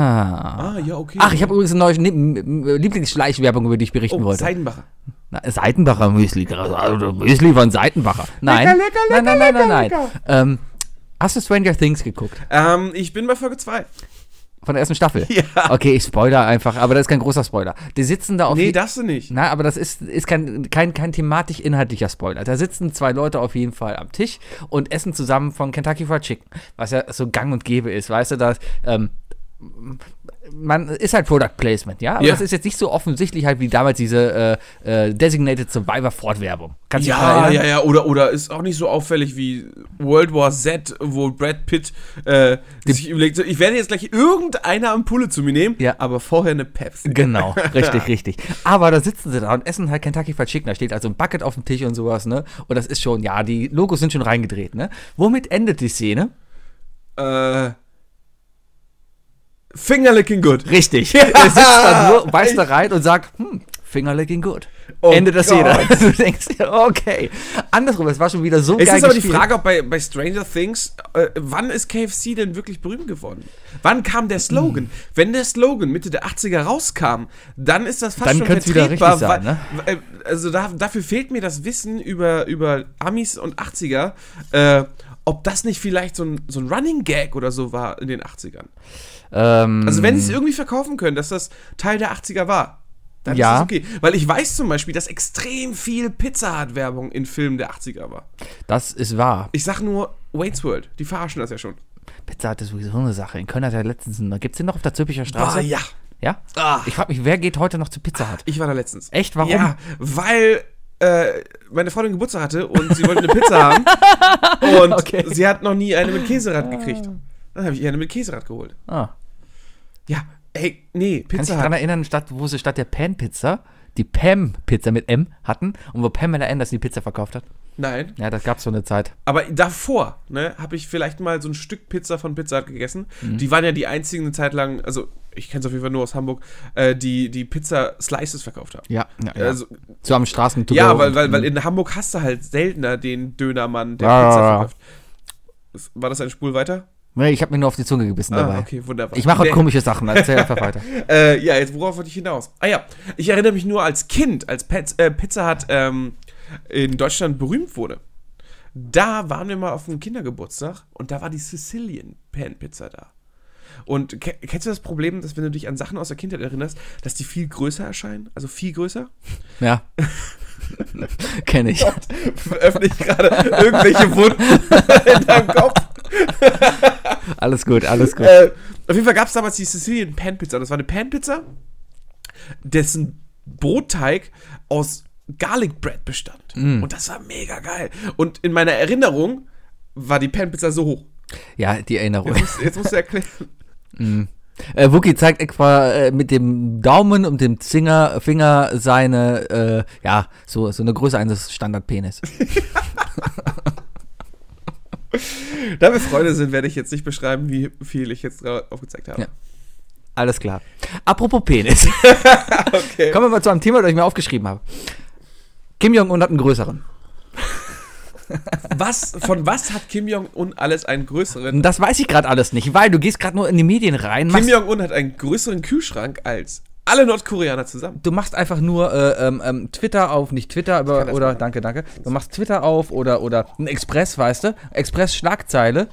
Ah, ja, okay. Ach, ich habe übrigens eine neue Ne- M- M- Lieblingsschleichwerbung, über die ich berichten oh, wollte. Seidenbacher. Na, Seitenbacher Müsli. Also Müsli von Seitenbacher. Nein. Lecker, lecker, lecker, nein, nein, nein, nein, lecker, nein. Ähm, hast du Stranger Things geguckt? Ähm, ich bin bei Folge 2. Von der ersten Staffel? [laughs] Ja. Okay, ich spoiler einfach, aber das ist kein großer Spoiler. Die sitzen da auf Nee, je- darfst du nicht. Na, aber das ist, ist kein, kein, kein thematisch-inhaltlicher Spoiler. Da sitzen zwei Leute auf jeden Fall am Tisch und essen zusammen von Kentucky Fried Chicken, was ja so gang und gäbe ist. Weißt du, dass, ähm, man ist halt Product Placement, ja? Aber Ja. das ist jetzt nicht so offensichtlich halt wie damals diese äh, äh, Designated Survivor Ford-Werbung. Kannst du ne? dich daran Ja, erinnern? ja, ja, oder, oder ist auch nicht so auffällig wie World War Z, wo Brad Pitt äh, sich überlegt, so, ich werde jetzt gleich irgendeiner Ampulle zu mir nehmen, Ja. aber vorher eine Pepsi. [laughs] Genau, richtig, richtig. Aber da sitzen sie da und essen halt Kentucky Fried Chicken. Da steht also ein Bucket auf dem Tisch und sowas, ne? Und das ist schon, ja, die Logos sind schon reingedreht, ne? Womit endet die Szene? Äh, Finger looking good. [laughs] Richtig. Er sitzt da [laughs] nur, beißt da rein und sagt, hm, Finger looking good. Oh Ende der Szene. Gott. [laughs] Du denkst, dir, okay. Andersrum, es war schon wieder so Es geil ist aber die gespielt. Frage, ob bei, bei Stranger Things, äh, wann ist KFC denn wirklich berühmt geworden? Wann kam der Slogan? Hm. Wenn der Slogan Mitte der 80er rauskam, dann ist das fast Dann schon kann's wieder vertretbar. richtig sein, ne? weil- weil- Also da, dafür fehlt mir das Wissen über, über Amis und 80er, äh, ob das nicht vielleicht so ein, so ein Running Gag oder so war in den 80ern. Ähm, Also wenn sie es irgendwie verkaufen können, dass das Teil der 80er war, dann Ja. ist das okay. Weil ich weiß zum Beispiel, dass extrem viel Pizza Hut-Werbung in Filmen der 80er war. das ist wahr. Ich sag nur Wayne's World. Die verarschen das ja schon. Pizza hat sowieso eine Sache. In Köln hat er letztens, gibt es den noch auf der Zülpicher Straße? Ja? Ah. Ich frage mich, wer geht heute noch zu Pizza Hut? Ich war da letztens. Echt, warum? Ja, weil äh, meine Freundin Geburtstag hatte und sie wollte eine Pizza haben. [laughs] Und Okay. sie hat noch nie eine mit Käserad gekriegt. Dann habe ich ihr eine mit Käserad geholt. Ah. Ja, ey, nee, Kannst du Pizza dich daran Hut. erinnern, statt, wo sie statt der Pan-Pizza die Pam-Pizza mit M hatten und wo Pamela Anderson die Pizza verkauft hat? Nein, Ja, das gab es so eine Zeit. aber davor, ne, habe ich vielleicht mal so ein Stück Pizza von Pizza Hut gegessen. Mhm. Die waren ja die einzigen eine Zeit lang, also ich kenne es auf jeden Fall nur aus Hamburg, äh, die die Pizza Slices verkauft haben. Ja, ja, Also so am Straßen Ja, weil, weil, weil in Hamburg hast du halt seltener den Dönermann, der Mhm. Ja, Pizza ja, ja. verkauft. Das- War das ein Spul weiter? Nee, ich habe mir nur auf die Zunge gebissen dabei. Ah, okay, wunderbar. Ich mache heute Nee, komische Sachen, erzähl einfach weiter. Äh, ja, jetzt worauf wollte ich hinaus? Ah ja, ich erinnere mich nur als Kind, als Pez, äh, Pizza Hut ähm, in Deutschland berühmt wurde. Da waren wir mal auf einem Kindergeburtstag und da war die Sicilian Pan Pizza da. Und ke kennst du das Problem, dass wenn du dich an Sachen aus der Kindheit erinnerst, dass die viel größer erscheinen? Also viel größer? [laughs] Ja. Kenne ich. Öffne ich gerade irgendwelche Wunden [laughs] in deinem Kopf? Alles gut, alles gut. Äh, auf jeden Fall gab es damals die Sicilian Pan Pizza. Das war eine Pan Pizza, dessen Brotteig aus Garlic Bread bestand. Und das war mega geil. Und in meiner Erinnerung war die Pan Pizza so hoch. Ja, die Erinnerung. Jetzt, jetzt musst du erklären. Äh, Wookie zeigt etwa äh, mit dem Daumen und dem Zinger, Finger seine, äh, ja, so, so eine Größe eines Standardpenis. [laughs] Da wir Freunde sind, werde ich jetzt nicht beschreiben, wie viel ich jetzt drauf aufgezeigt habe. Ja. Alles klar. Apropos Penis. Kommen wir mal zu einem Thema, das ich mir aufgeschrieben habe. Kim Jong-un hat einen größeren. Was, von was hat Kim Jong-un alles einen größeren? Das weiß ich gerade alles nicht, weil du gehst gerade nur in die Medien rein. Kim Machst, Jong-un hat einen größeren Kühlschrank als alle Nordkoreaner zusammen. du machst einfach nur äh, ähm, ähm, Twitter auf, nicht Twitter, aber das oder machen. danke, danke. Du machst Twitter auf oder oder ein Express, weißt du? Express Schlagzeile.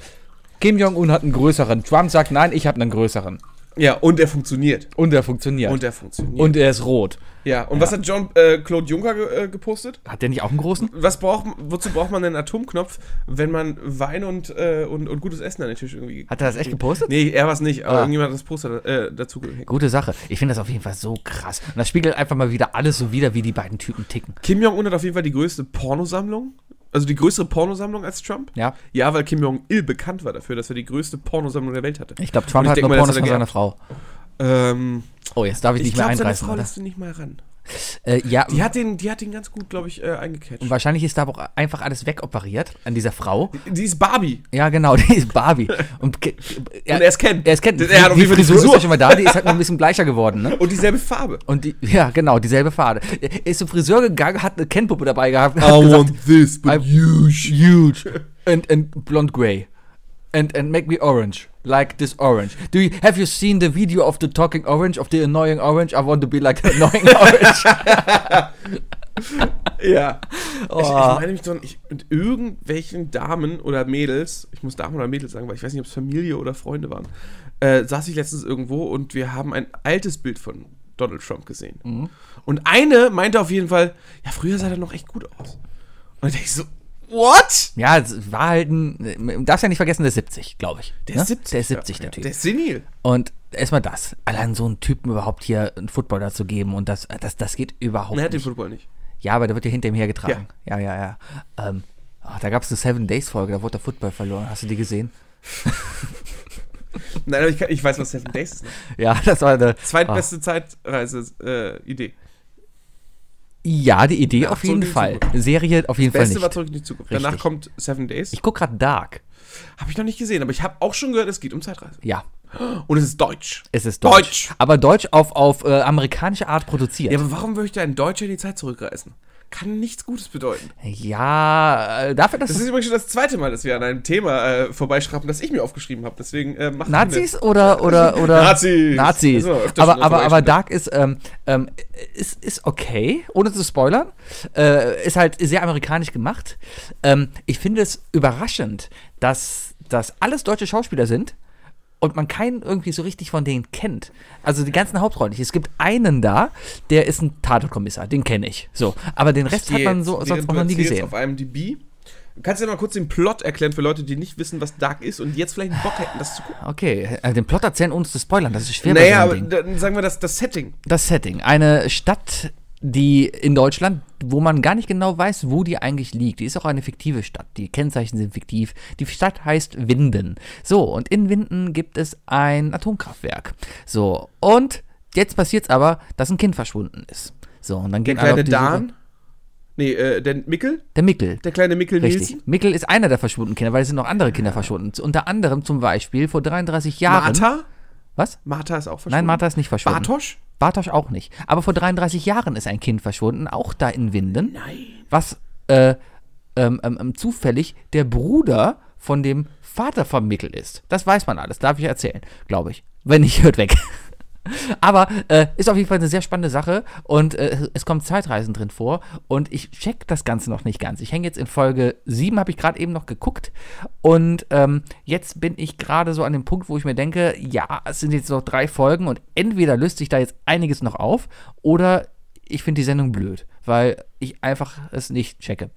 Kim Jong-un hat einen größeren. Trump sagt, nein, ich habe einen größeren. Ja, und er funktioniert. Und der funktioniert. Und er funktioniert. Und er ist rot. ja, und was hat Jean-Claude Juncker ge äh, gepostet? Hat der nicht auch einen großen? Was braucht, wozu braucht man einen Atomknopf, wenn man Wein und, äh, und, und gutes Essen an den Tisch irgendwie. Hat er das echt gepostet? Nee, er war es nicht, aber Ah. irgendjemand hat das Poster äh, dazu gehängt. Gute Sache. Ich finde das auf jeden Fall so krass. Und das spiegelt einfach mal wieder alles so wieder, wie die beiden Typen ticken. Kim Jong-un hat auf jeden Fall die größte Pornosammlung. Also die größere Pornosammlung als Trump. Ja. Ja, weil Kim Jong-il bekannt war dafür, dass er die größte Pornosammlung der Welt hatte. Ich glaube, Trump Und ich hat denk nur mal, das Pornos hat von er seiner Frau. Ähm, Oh, jetzt darf ich, ich nicht mehr glaube, seine einreißen, Frau oder? lässt ihn nicht mal ran. Äh, ja, Die hat den, die hat den ganz gut, glaube ich, äh, eingecatcht. wahrscheinlich ist da aber auch einfach alles wegoperiert an dieser Frau. Die ist Barbie. Ja, genau, [laughs] die ist Barbie. Und, ge- Und er ist Ken. Er ist Ken. Der- er hat auf jeden Fall die ist Frisur. ja schon mal da, die ist halt nur ein bisschen gleicher geworden, ne? Und dieselbe Farbe. Und die, ja, genau, dieselbe Farbe. Er ist zum Friseur gegangen, hat eine Ken-Puppe dabei gehabt. [laughs] Oh, Hat this, I'm huge, [laughs] huge, and and blonde gray, and and make me orange, like this orange. Do you have you seen the video of the talking orange, of the annoying orange? I want to be like the [laughs] annoying orange. Ja. Oh. Ich, ich meine mich dann, ich, mit irgendwelchen Damen oder Mädels, ich muss Damen oder Mädels sagen, weil ich weiß nicht, ob es Familie oder Freunde waren, äh, saß ich letztens irgendwo und wir haben ein altes Bild von Donald Trump gesehen. Mhm. Und eine meinte auf jeden Fall, ja, früher sah er noch echt gut aus. Und dann denke ich so, what? ja, es war halt ein, darfst ja nicht vergessen, der ist 70, glaube ich. Der ne? ist 70. Der ist 70, ja, der ja. Typ. Der ist senil. Und erstmal das, allein so einen Typen überhaupt hier einen Footballer zu geben und das, das, das geht überhaupt Und er hat den nicht. Football nicht. Ja, aber der wird ja hinter ihm hergetragen. Ja, ja, ja. Ähm, ach, da gab es eine Seven Days Folge, da wurde der Football verloren. Hast du die gesehen? Nein, aber ich, kann, ich weiß, was Seven Days ist. Ja, [laughs] das war eine ah. Zweitbeste äh, Zeitreise-Idee. Ja, die Idee auf so jeden ging's Fall. so Serie auf jeden Fall Beste war nicht. zurück in die Zukunft. Richtig. Danach kommt Seven Days. Ich guck gerade Dark. Habe ich noch nicht gesehen, aber ich habe auch schon gehört, es geht um Zeitreise. Ja, Und es ist deutsch. es ist deutsch. Deutsch. Aber deutsch auf, auf äh, amerikanische Art produziert. Ja, aber warum möchte ein Deutscher in die Zeit zurückreisen? Kann nichts Gutes bedeuten. Ja, äh, dafür, dass Das es ist übrigens schon das zweite Mal, dass wir an einem Thema äh, vorbeischrappen, das ich mir aufgeschrieben habe. Deswegen äh, machen Nazis [laughs] oder oder oder Nazis. Das Nazis. ist aber öfter Aber schon aber mal aber vorbei. Dark ist ähm, ähm, ist ist okay, ohne zu spoilern. Äh, ist halt sehr amerikanisch gemacht. Ähm, ich finde es überraschend, dass dass alles deutsche Schauspieler sind. Und man keinen irgendwie so richtig von denen kennt. Also die ganzen Hauptrollen nicht. Es gibt einen da, der ist ein Tatortkommissar, den kenne ich. So. Aber den Rest wir. hat man so, sonst während auch du noch nie erzählst gesehen. Auf IMDb. Kannst du dir mal kurz den Plot erklären für Leute, die nicht wissen, was Dark ist und jetzt vielleicht einen Bock hätten, das zu gucken? Okay, äh, den Plot erzählen, ohne zu spoilern, das ist schwer bei so naja, einem aber Ding. dann sagen wir das, das Setting. das Setting. Eine Stadt, die in Deutschland, wo man gar nicht genau weiß, wo die eigentlich liegt. Die ist auch eine fiktive Stadt. Die Kennzeichen sind fiktiv. Die Stadt heißt Winden. So, und in Winden gibt es ein Atomkraftwerk. So, und jetzt passiert es aber, dass ein Kind verschwunden ist. So, und dann Der geht alle kleine auf die Suche- Dan. Nee, äh, der Mickel. Der Mickel. Der kleine Mickel Richtig. Nielsen. Mickel ist einer der verschwundenen Kinder, weil es sind noch andere Kinder verschwunden. Unter anderem zum Beispiel vor 33 Jahren. Ah. Martha. Was? Martha ist auch verschwunden. Nein, Martha ist nicht verschwunden. Bartosch? Bartosch auch nicht. Aber vor 33 Jahren ist ein Kind verschwunden, auch da in Winden. Was äh, ähm, ähm, ähm, zufällig der Bruder von dem Vater von Mickel ist. Das weiß man alles, darf ich erzählen, glaube ich. Wenn nicht, hört weg. Aber äh, ist auf jeden Fall eine sehr spannende Sache und äh, es kommen Zeitreisen drin vor und ich check das Ganze noch nicht ganz. Ich hänge jetzt in Folge 7, habe ich gerade eben noch geguckt und ähm, jetzt bin ich gerade so an dem Punkt, wo ich mir denke, ja, es sind jetzt noch drei Folgen und entweder löst sich da jetzt einiges noch auf oder ich finde die Sendung blöd, weil ich einfach es nicht checke.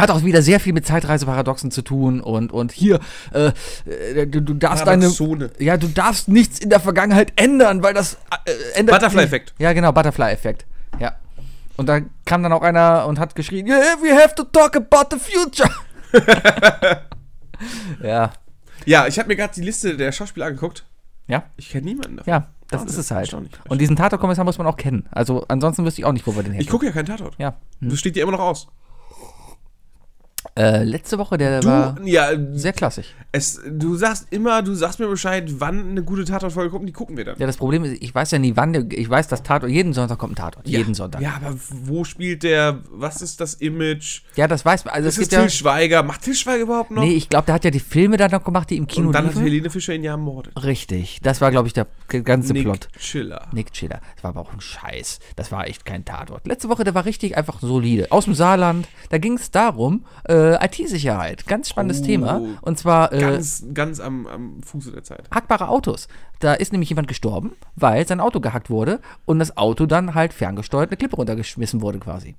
Hat auch wieder sehr viel mit Zeitreiseparadoxen zu tun und, und hier, äh, äh, du, du darfst deine. Paradoxone. Ja, du darfst nichts in der Vergangenheit ändern, weil das äh, ändert. Butterfly-Effekt. Ja, genau, Butterfly-Effekt. Ja. Und da kam dann auch einer und hat geschrien: yeah, We have to talk about [laughs] the future. ja. Ja, ich habe mir gerade die Liste der Schauspieler angeguckt. Ja. Ich kenne niemanden davon. Ja, das Wahnsinn, ist es halt. erstaunlich. Und diesen Tatortkommissar muss man auch kennen. Also ansonsten wüsste ich auch nicht, wo wir den Ich hätten. gucke ja keinen Tatort. Ja. Das steht dir immer noch aus. Äh, letzte Woche, der war Du, ja, sehr klassisch. es, du sagst immer, du sagst mir Bescheid, wann eine gute Tatortfolge kommt, die gucken wir dann. Ja, das Problem ist, ich weiß ja nie, wann der, ich weiß, dass Tatort, jeden Sonntag kommt ein Tatort. Jeden Sonntag. Ja, aber wo spielt der? Was ist das Image? Ja, das weiß man. Also Ist es es gibt Til ja. Schweiger? Macht Til Schweiger überhaupt noch? Nee, ich glaube, der hat ja die Filme dann noch gemacht, die im Kino Und dann hat liefen. Helene Fischer ihn ja ermordet. Richtig. Das war, glaube ich, der ganze Plot. Chiller. Nick Chiller. Das war aber auch ein Scheiß. Das war echt kein Tatort. Letzte Woche, der war richtig einfach solide. Aus dem Saarland. Da ging es darum, äh, IT-Sicherheit. Ganz spannendes Oh. Thema. Und zwar äh, Ganz, ganz am, am Fuße der Zeit. hackbare Autos. Da ist nämlich jemand gestorben, weil sein Auto gehackt wurde und das Auto dann halt ferngesteuert eine Klippe runtergeschmissen wurde quasi.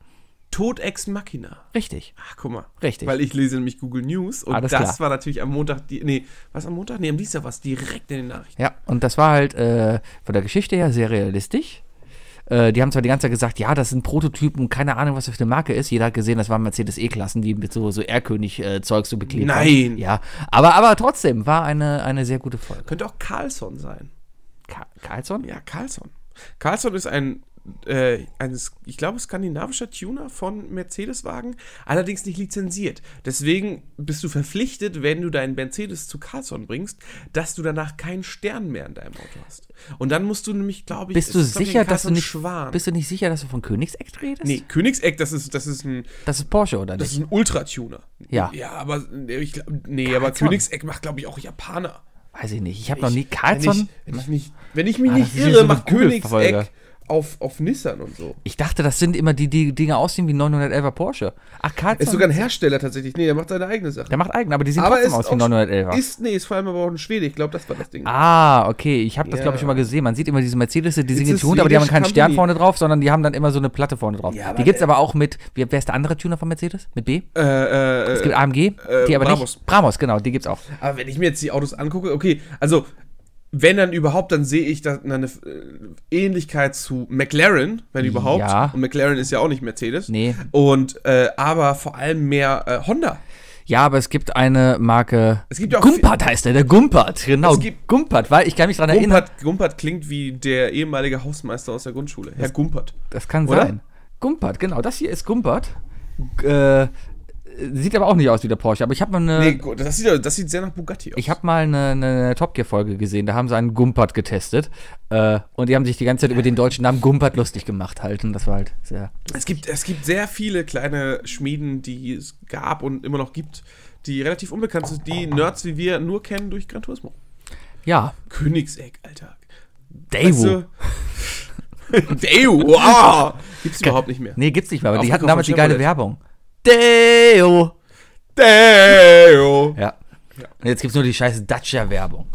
Tod ex machina. Richtig. Ach, guck mal. Richtig. Weil ich lese nämlich Google News und Alles das klar. war natürlich am Montag, die, nee, was am Montag? Nee, am Dienstag war es direkt in den Nachrichten. Ja, und das war halt äh, von der Geschichte her sehr realistisch. Äh, die haben zwar die ganze Zeit gesagt, ja, das sind Prototypen, keine Ahnung, was das für eine Marke ist. Jeder hat gesehen, das waren Mercedes E-Klassen, die mit so, so R-König-Zeugs so beklebt Nein. Haben. Ja, aber, aber trotzdem war eine, eine sehr gute Folge. Könnte auch Carlson sein. Ka Carlson? Ja, Carlson. Carlson ist ein, äh, ein S- ich glaube, skandinavischer Tuner von Mercedes-Wagen, allerdings nicht lizenziert. Deswegen bist du verpflichtet, wenn du deinen Mercedes zu Carlson bringst, dass du danach keinen Stern mehr in deinem Auto hast. Und dann musst du nämlich, glaube ich, Bist du es ist, glaub ich, sicher, ein dass du Carlson nicht Schwan. bist du nicht sicher, dass du von Königseck redest? Nee, Königseck, das ist, das ist ein, Das ist Porsche oder das nicht? ist ein Ultratuner. Ja. Ja, aber nee, ich glaub, nee, aber Carlson. Königseck macht, glaube ich, auch Japaner. Weiß ich nicht. Ich habe noch nie Wenn Carlson. ich, wenn ich, nicht, wenn ich mich Ah, das nicht ist hier irre, so eine macht Google-Folge. Königseck auf, auf Nissan und so. Ich dachte, das sind immer die, die Dinge aussehen wie 911er Porsche. Ach, Carlson. Ist sogar ein Hersteller tatsächlich. Nee, der macht seine eigene Sache. der macht eigen, aber die sehen aber trotzdem ist aus wie auch- 911er. Ist, nee, ist vor allem aber auch ein Schwede. Ich glaube, das war das Ding. Ah, okay. Ich habe das, Ja. glaube ich, schon mal gesehen. Man sieht immer diese Mercedes, die sind It's a getunt, aber die haben Swedish keinen Stern company. vorne drauf, sondern die haben dann immer so eine Platte vorne drauf. Ja, aber die gibt's der- aber auch mit, wie- wer ist der andere Tuner von Mercedes? Mit B? Äh, äh, es gibt AMG, äh, die aber Brabus. nicht. Bramos, genau, die gibt's auch. aber wenn ich mir jetzt die Autos angucke, okay, also wenn dann überhaupt, dann sehe ich da eine äh, Ähnlichkeit zu McLaren, wenn überhaupt. Ja. Und McLaren ist ja auch nicht Mercedes. Nee. Und äh, aber vor allem mehr äh, Honda. Ja, aber es gibt eine Marke. Es gibt ja auch Gumpert heißt der, der Gumpert. Genau, Es gibt- Gumpert, weil ich kann mich dran erinnern. Gumpert, Gumpert klingt wie der ehemalige Hausmeister aus der Grundschule. Herr Gumpert. Das kann Oder? sein. Gumpert, genau, das hier ist Gumpert. Äh, sieht aber auch nicht aus wie der Porsche, aber ich habe mal eine. Nee, gut, das sieht, ja- das sieht sehr nach Bugatti aus. Ich habe mal eine, eine, eine Top Gear Folge gesehen, da haben sie einen Gumpert getestet äh, und die haben sich die ganze Zeit über den deutschen Namen Gumpert lustig gemacht halt und das war halt sehr Es gibt, es gibt sehr viele kleine Schmieden, die es gab und immer noch gibt, die relativ unbekannt sind, die Nerds wie wir nur kennen durch Gran Turismo. ja, Königseck, Alter. Daewoo. [laughs] Deo, wow! ah! Gibt's überhaupt nicht mehr. Nee, gibt's nicht mehr, aber die Aufgekauft hatten damals die von geile Chevrolet. Werbung. Deo. Deo! Ja. Und jetzt gibt's nur die scheiß Dacia Werbung.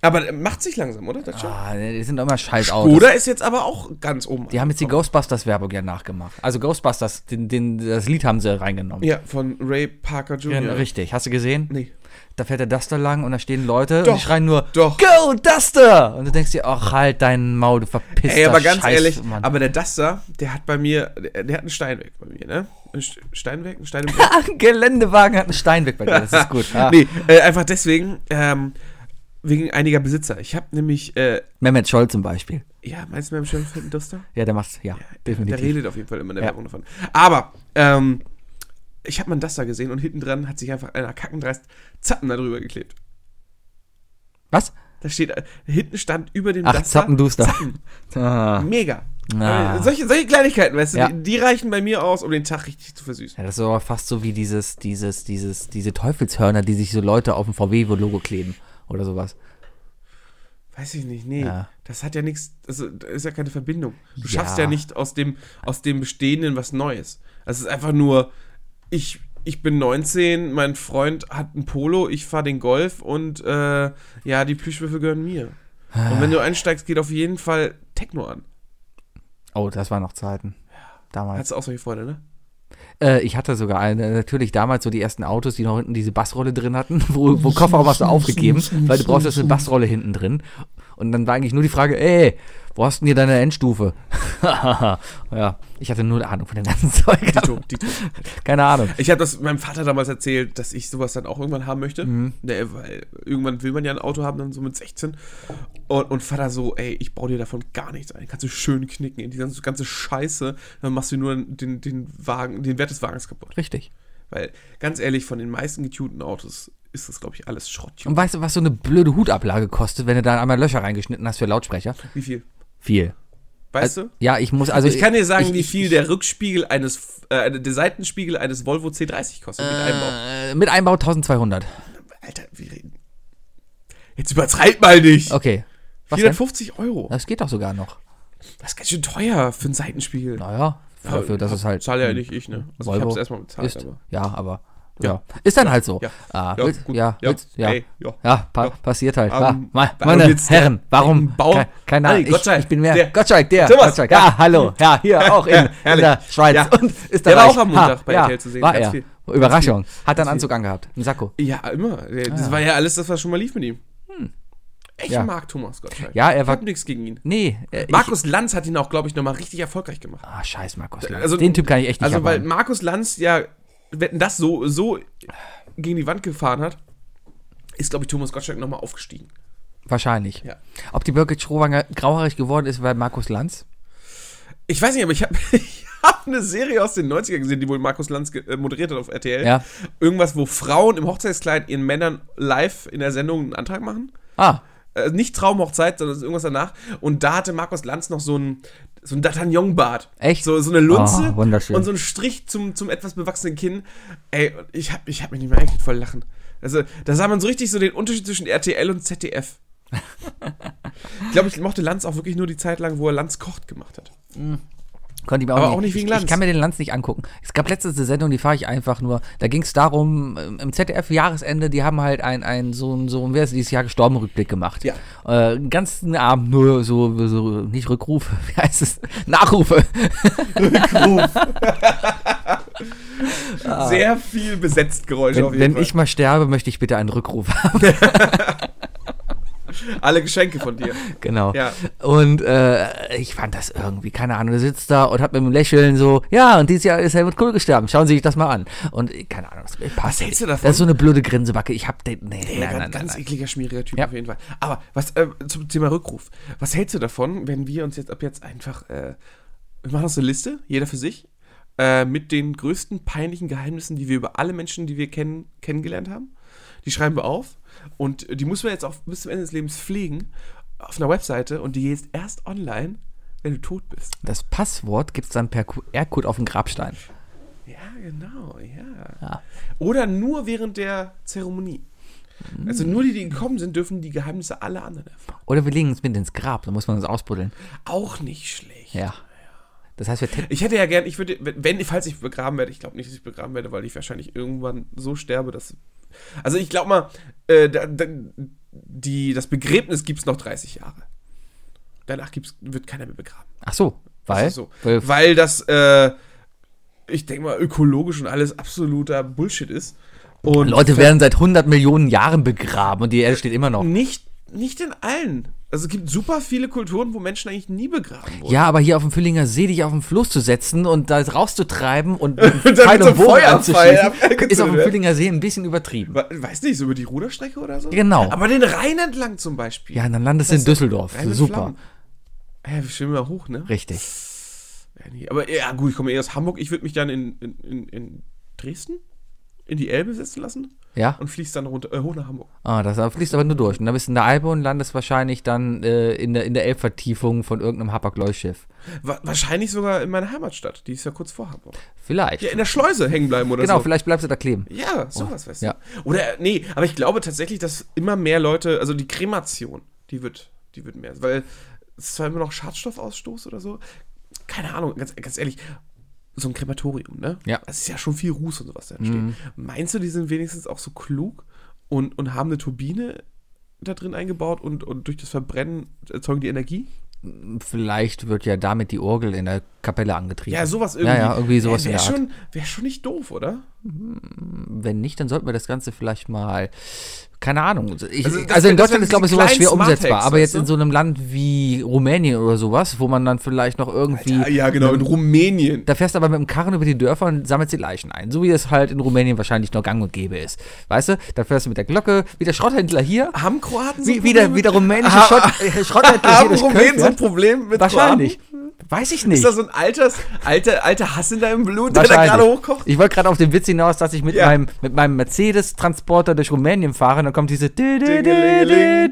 Aber macht sich langsam, oder? Das schon? Ah, die sind doch immer scheiß Autos. Oder ist jetzt aber auch ganz oben. Die haben jetzt die Ghostbusters Werbung ja nachgemacht. Also Ghostbusters, den, den, das Lied haben sie reingenommen. ja, von Ray Parker Jr. Richtig, hast du gesehen? Nee. Da fährt der Duster lang und da stehen Leute und Doch, die schreien nur doch. Go Duster! Und du denkst dir, ach halt deinen Maul, du verpisster Ey, aber ganz Scheiß, ehrlich, Mann. aber der Duster, der hat bei mir, der, der hat einen Steinweg bei mir, ne? Ein St- Steinweg? Ein Stein im [laughs] Weg? Ein Geländewagen hat einen Stein weg bei dir, das ist [laughs] gut. Ah. nee, äh, einfach deswegen, ähm, wegen einiger Besitzer. Ich habe nämlich, äh, Mehmet Scholl zum Beispiel. ja, meinst du, mein Chef einen Duster? Ja, der macht's, ja, Der definitiv. redet auf jeden Fall immer in der Ja. Werbung davon. Aber, ähm, ich habe mal einen Duster gesehen und hinten dran hat sich einfach einer kackendreist Zappen darüber geklebt. Was? Da steht, äh, hinten stand über dem Ach, Zappenduster. Zappen. Ah. Mega. Ah. Äh, Solche, solche Kleinigkeiten, weißt Ja. du, die, die reichen bei mir aus, um den Tag richtig zu versüßen. Ja, das ist aber fast so wie dieses, dieses, dieses, diese Teufelshörner, die sich so Leute auf dem VW-Logo kleben oder sowas. Weiß ich nicht, nee. Ja. Das hat ja nichts, also da ist ja keine Verbindung. Du Ja. schaffst ja nicht aus dem, aus dem Bestehenden was Neues. Das ist einfach nur, ich, ich bin 19, mein Freund hat ein Polo, ich fahre den Golf und äh, ja, die Plüschwürfel gehören mir. Und wenn du einsteigst, geht auf jeden Fall Techno an. Oh, das waren noch Zeiten. Damals. Hast du auch solche Freunde, [laughs] ne? Äh, ich hatte sogar eine, natürlich damals so die ersten Autos, die noch hinten diese Bassrolle drin hatten, [laughs] wo, wo [laughs] Kofferraum hast du aufgegeben, weil du brauchst jetzt eine Bassrolle hinten drin. Und dann war eigentlich nur die Frage, ey, wo hast denn hier deine Endstufe? [laughs] ja, ich hatte null Ahnung von dem ganzen [laughs] Zeug. Dito, Dito. Keine Ahnung. Ich habe das meinem Vater damals erzählt, dass ich sowas dann auch irgendwann haben möchte. Mhm. Ne, weil irgendwann will man ja ein Auto haben, dann so mit 16. Und, und Vater so, ey, ich baue dir davon gar nichts ein. Kannst du schön knicken in die ganze, ganze Scheiße. Dann machst du nur den, den Wagen, den Wert des Wagens kaputt. Richtig. Weil ganz ehrlich, von den meisten getunten Autos ist das, glaube ich, alles Schrott. Und weißt du, was so eine blöde Hutablage kostet, wenn du da einmal Löcher reingeschnitten hast für Lautsprecher? Wie viel? Viel. Weißt du? Ja, ich muss, also. ich kann dir sagen, ich- wie ich- viel der Rückspiegel eines, äh, der Seitenspiegel eines Volvo C30 kostet mit Einbau. Äh, mit Einbau 1200. Alter, wir reden. Jetzt übertreib mal nicht. Okay. Was denn? 450 Euro. Das geht doch sogar noch. Das ist ganz schön teuer für einen Seitenspiegel. Naja, dafür, dass es halt. Zahl ja nicht ich, ne? Also ich Volvo hab's erstmal bezahlt, ist. aber. Ja, aber. Ja. Ja. Ist dann halt so. Ja. Ah, Ja, willst- gut. ja, Ja. willst- ja. Ey, ja. Ja, pa Ja. passiert halt. Ähm, Ah, ma- warum meine jetzt der- Herren, warum? Bau- Ke keine Nein, Ahnung. Ich, Gottschalk, ich bin mehr. der- Gottschalk, der. Thomas, Gottschalk. Ja, hallo. Ja, hier auch in, in herrlich. der Schweiz. Ja. Und ist Der war auch am Montag bei RTL zu sehen, War ganz er. viel. Überraschung. Hat dann viel. Anzug angehabt. Ein Sakko. Ja, immer. Das war ja alles, das was schon mal lief mit ihm. Ich Ah, Hm. Ja. mag Thomas Gottschalk. Ja, er ich war- hab nichts gegen ihn. Nee. äh, Ich, Markus Lanz hat ihn auch, glaube ich, nochmal richtig erfolgreich gemacht. ah, scheiß Markus. Lanz. Also- Den Typ kann ich echt nicht Also, weil abhaben. Markus Lanz ja, wenn das so, so gegen die Wand gefahren hat, ist, glaube ich, Thomas Gottschalk nochmal aufgestiegen. Wahrscheinlich. Ja. Ob die Birgit Schrowanger grauhaarig geworden ist, weil Markus Lanz? Ich weiß nicht, aber ich habe [laughs] ich hab eine Serie aus den 90ern gesehen, die wohl Markus Lanz ge- äh, moderiert hat auf RTL. Ja. Irgendwas, wo Frauen im Hochzeitskleid ihren Männern live in der Sendung einen Antrag machen. Ah, Äh, nicht Traumhochzeit, sondern irgendwas danach. Und da hatte Markus Lanz noch so einen, so einen D'Artagnan-Bart. Echt? So, so eine Lunze Ah, wunderschön. und so einen Strich zum, zum etwas bewachsenen Kinn. Ey, und ich hab, ich hab mich nicht mehr eigentlich voll lachen. Also, da sah man so richtig so den Unterschied zwischen RTL und [laughs] ZDF. ich glaube, ich mochte Lanz auch wirklich nur die Zeit lang, wo er Lanz kocht gemacht hat. Konnte ich mir auch Aber nicht, auch nicht wegen ich, Lanz. Ich kann mir den Lanz nicht angucken. Es gab letztens eine Sendung, die fahre ich einfach nur. Da ging es darum, ähm, im ZDF-Jahresende, die haben halt ein, ein so ein, so ein, wer ist dieses Jahr gestorben, Rückblick gemacht. Ja. Äh, den ganzen Abend nur so, so, nicht Rückrufe, [laughs] wie heißt es? Nachrufe. Sehr viel besetzt Geräusche auf Ah. Wenn, jeden wenn Fall. ich mal sterbe, möchte ich bitte einen Rückruf [laughs] haben. Alle Geschenke von [laughs] dir. genau. Ja. Und äh, ich fand das irgendwie, keine Ahnung, der sitzt da und hat mit einem Lächeln so, ja, und dieses Jahr ist Helmut Kohl gestorben, schauen Sie sich das mal an. Und äh, keine Ahnung, das passt. hältst du davon? Das ist so eine blöde Grinsebacke. Ich hab den, nee, Ja, nein, nein, ganz, nein, ganz nein. ekliger, schmieriger Typ Ja. auf jeden Fall. Aber was äh, zum Thema Rückruf. Was hältst du davon, wenn wir uns jetzt ab jetzt einfach. Äh, wir machen uns eine Liste, jeder für sich, äh, mit den größten peinlichen Geheimnissen, die wir über alle Menschen, die wir kennen, kennengelernt haben. Die schreiben wir auf und die müssen wir jetzt auch bis zum Ende des Lebens pflegen auf einer Webseite und die geht jetzt erst online, wenn du tot bist. Das Passwort gibt's dann per QR-Code auf dem Grabstein. Ja, genau, ja. Ja. Oder nur während der Zeremonie. Mhm. Also nur die, die gekommen sind, dürfen die Geheimnisse aller anderen erfahren. Oder wir legen uns mit ins Grab, dann muss man uns ausbuddeln. Auch nicht schlecht. Ja. Das heißt, wir tippen. Ich hätte ja gern, ich würde, wenn, falls ich begraben werde, ich glaube nicht, dass ich begraben werde, weil ich wahrscheinlich irgendwann so sterbe, dass. Also ich glaube mal, äh, da, da, die, das Begräbnis gibt es noch 30 Jahre. Danach gibt's, wird keiner mehr begraben. Ach so, weil? Das ist so. weil, Weil das, äh, ich denke mal, ökologisch und alles absoluter Bullshit ist. Und Leute werden seit 100 Millionen Jahren begraben und die Erde steht immer noch. nicht, nicht in allen. Also es gibt super viele Kulturen, wo Menschen eigentlich nie begraben wurden. Ja, aber hier auf dem Füllinger See dich auf den Floß zu setzen und da rauszutreiben und mit Dann einem mit Pfeil so einem und Bogen Feuerpfeil anzuschießen, abgezündet ist auf dem werden. Füllinger See ein bisschen übertrieben. We- Weiß nicht, so über die Ruderstrecke oder so? Genau. Aber den Rhein entlang zum Beispiel. Ja, und dann landest du in Düsseldorf. Rhein mit Super. Flammen. Ja, wir schwimmen ja hoch, ne? Richtig. Ja, nee. Aber ja, gut, ich komme eher aus Hamburg. Ich würde mich dann in, in, in, in Dresden in die Elbe setzen lassen Ja? und fließt dann runter, äh, hoch nach Hamburg. Ah, das fließt aber nur durch. Und dann bist du in der Alpe und landest wahrscheinlich dann äh, in der, in der Elbvertiefung von irgendeinem Hapag-Lloyd-Schiff. Wa wahrscheinlich sogar in meiner Heimatstadt. Die ist ja kurz vor Hamburg. Vielleicht. Ja, in der Schleuse hängen bleiben oder genau, so. vielleicht bleibst du da kleben. Ja, sowas, weißt du. ja. Oder, äh, nee, aber ich glaube tatsächlich, dass immer mehr Leute, also die Kremation, die wird, die wird mehr. Weil es ist zwar immer noch Schadstoffausstoß oder so. Keine Ahnung, ganz, ganz ehrlich, so ein Krematorium, ne? Ja. Mhm. Es ist ja schon viel Ruß und sowas da entsteht. Meinst du, die sind wenigstens auch so klug und, und haben eine Turbine da drin eingebaut und, und durch das Verbrennen erzeugen die Energie? Vielleicht wird ja damit die Orgel in der Kapelle angetrieben. Ja, sowas irgendwie. ja, irgendwie sowas in Wäre der Art. schon, wär schon nicht doof, oder? Wenn nicht, dann sollten wir das Ganze vielleicht mal. Keine Ahnung. Ich, Also das- also, in das sind Deutschland ist, glaube ich, diese sowas kleinen schwer Smart-Hacks, umsetzbar. Aber jetzt weißt du? in so einem Land wie Rumänien oder sowas, wo man dann vielleicht noch irgendwie. Ja, ja, genau, in Rumänien. Da fährst du aber mit dem Karren über die Dörfer und sammelst die Leichen ein. So wie es halt in Rumänien wahrscheinlich noch gang und gäbe ist. Weißt du? Da fährst du mit der Glocke, wie der Schrotthändler hier. Haben Kroaten so Wie, wie, der, Probleme? wie der rumänische Schrott, äh, Schrotthändler hier Haben durch Köln Rumänen so ein fährt. Problem mit Wahrscheinlich. Weiß ich nicht. Ist da so ein alters, alter, alter Hass in deinem Blut, der da Wahrscheinlich. gerade hochkocht? Ich wollte gerade auf den Witz hinaus, dass ich mit Ja. meinem, mit meinem Mercedes-Transporter durch Rumänien fahre und dann kommt diese. Dingelingeling,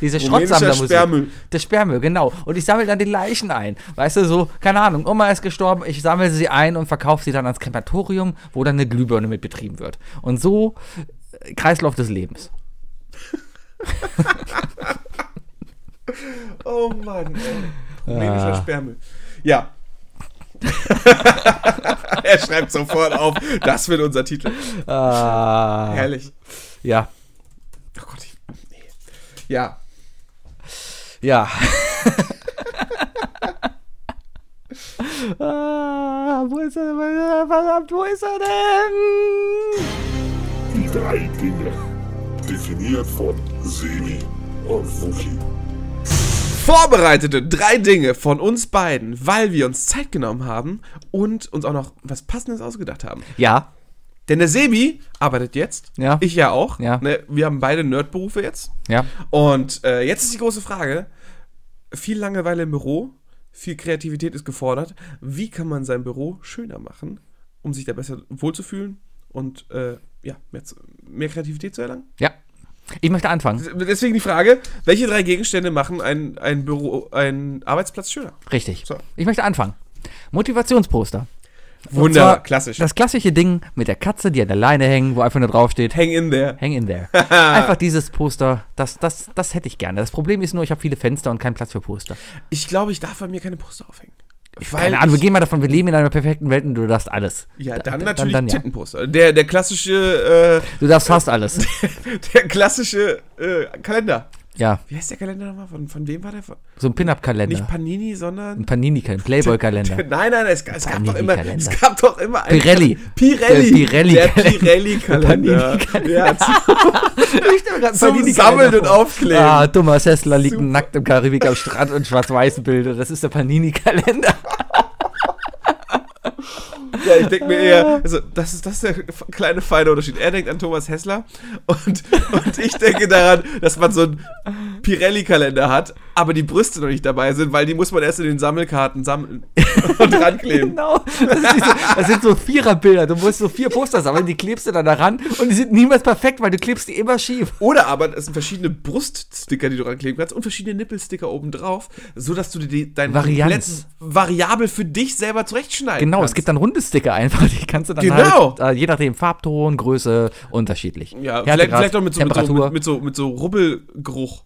Diese Rumänischer Schrottsammlermusik. Sperrmüll. Der Sperrmüll, genau. Und ich sammle dann die Leichen ein. Weißt du, so, keine Ahnung, Oma ist gestorben, ich sammle sie ein und verkaufe sie dann ans Krematorium, wo dann eine Glühbirne mit betrieben wird. Und so, äh, Kreislauf des Lebens. Oh Mann, ey. Ah. Rumänischer Sperrmüll. Ja. [laughs] er schreibt sofort auf, das wird unser Titel. Ah, Herrlich. ja, Oh Gott, ich, nee. Ja. ja. [laughs] ah, wo ist er denn? Verdammt, wo ist er denn? Die drei Dinge. Definiert von Semi und Wookie. Vorbereitete drei Dinge von uns beiden, weil wir uns Zeit genommen haben und uns auch noch was Passendes ausgedacht haben. Ja, Denn der Sebi arbeitet jetzt. Ja. Ich ja auch. Ja. Ne, wir haben beide Nerdberufe jetzt. ja. Und äh, jetzt ist die große Frage: Viel Langeweile im Büro, viel Kreativität ist gefordert. Wie kann man sein Büro schöner machen, um sich da besser wohlzufühlen und äh, ja, mehr, zu, mehr Kreativität zu erlangen? Ja. Ich möchte anfangen. Deswegen die Frage: Welche drei Gegenstände machen ein, ein Büro, einen Arbeitsplatz schöner? Richtig. So. Ich möchte anfangen. Motivationsposter. Und Wunderbar, zwar klassisch. Das klassische Ding mit der Katze, die an der Leine hängen, wo einfach nur draufsteht, Hang in there. hang in [laughs] there. einfach dieses Poster, das, das, das hätte ich gerne. Das Problem ist nur, ich habe viele Fenster und keinen Platz für Poster. Ich glaube, ich darf bei mir keine Poster aufhängen. Keine Ahnung, wir gehen mal davon, wir leben in einer perfekten Welt und du darfst alles. Ja, Da- dann da- natürlich dann, ja. Tittenposter. Der, der klassische, Du darfst fast [laughs] alles. äh, [laughs] der klassische äh, Kalender. ja, Wie heißt der Kalender nochmal? Von, von wem war der? Von, so ein Nicht Pin-Up-Kalender. Panini, sondern. Ein Panini-Kalender, [laughs] Playboy-Kalender. Nein, nein, es, es, gab doch immer, Panini-Kalender. es gab doch immer einen. Pirelli. Pirelli. Der Pirelli- Der Pirelli-Kalender. [laughs] Ja, zum, zum Sammeln und Aufkleben. Ah, Thomas Hessler liegt Super. nackt im Karibik am Strand und schwarz-weiße Bilder. Das ist der [laughs] Panini-Kalender. Ja, ich denke mir eher, also, das ist, das ist der kleine feine Unterschied. Er denkt an Thomas Hessler und, und ich denke daran, dass man so einen Pirelli-Kalender hat, aber die Brüste noch nicht dabei sind, weil die muss man erst in den Sammelkarten sammeln [laughs] und rankleben. Genau. Das, ist diese, das sind so Viererbilder. Du musst so vier Poster sammeln, die klebst du dann daran und die sind niemals perfekt, weil du klebst die immer schief. Oder aber es sind verschiedene Bruststicker, die du rankleben kannst und verschiedene Nippelsticker obendrauf, sodass du dir die, dein Varianz. komplettes Variabel für dich selber zurechtschneiden Genau, es kannst. gibt dann runde Sticker einfach, die kannst du dann Genau. halt, äh, je nachdem Farbton, Größe, unterschiedlich. Ja, Härtegrad, vielleicht, vielleicht auch mit so, mit, so, Temperatur. mit, mit, so, mit so Rubbelgeruch.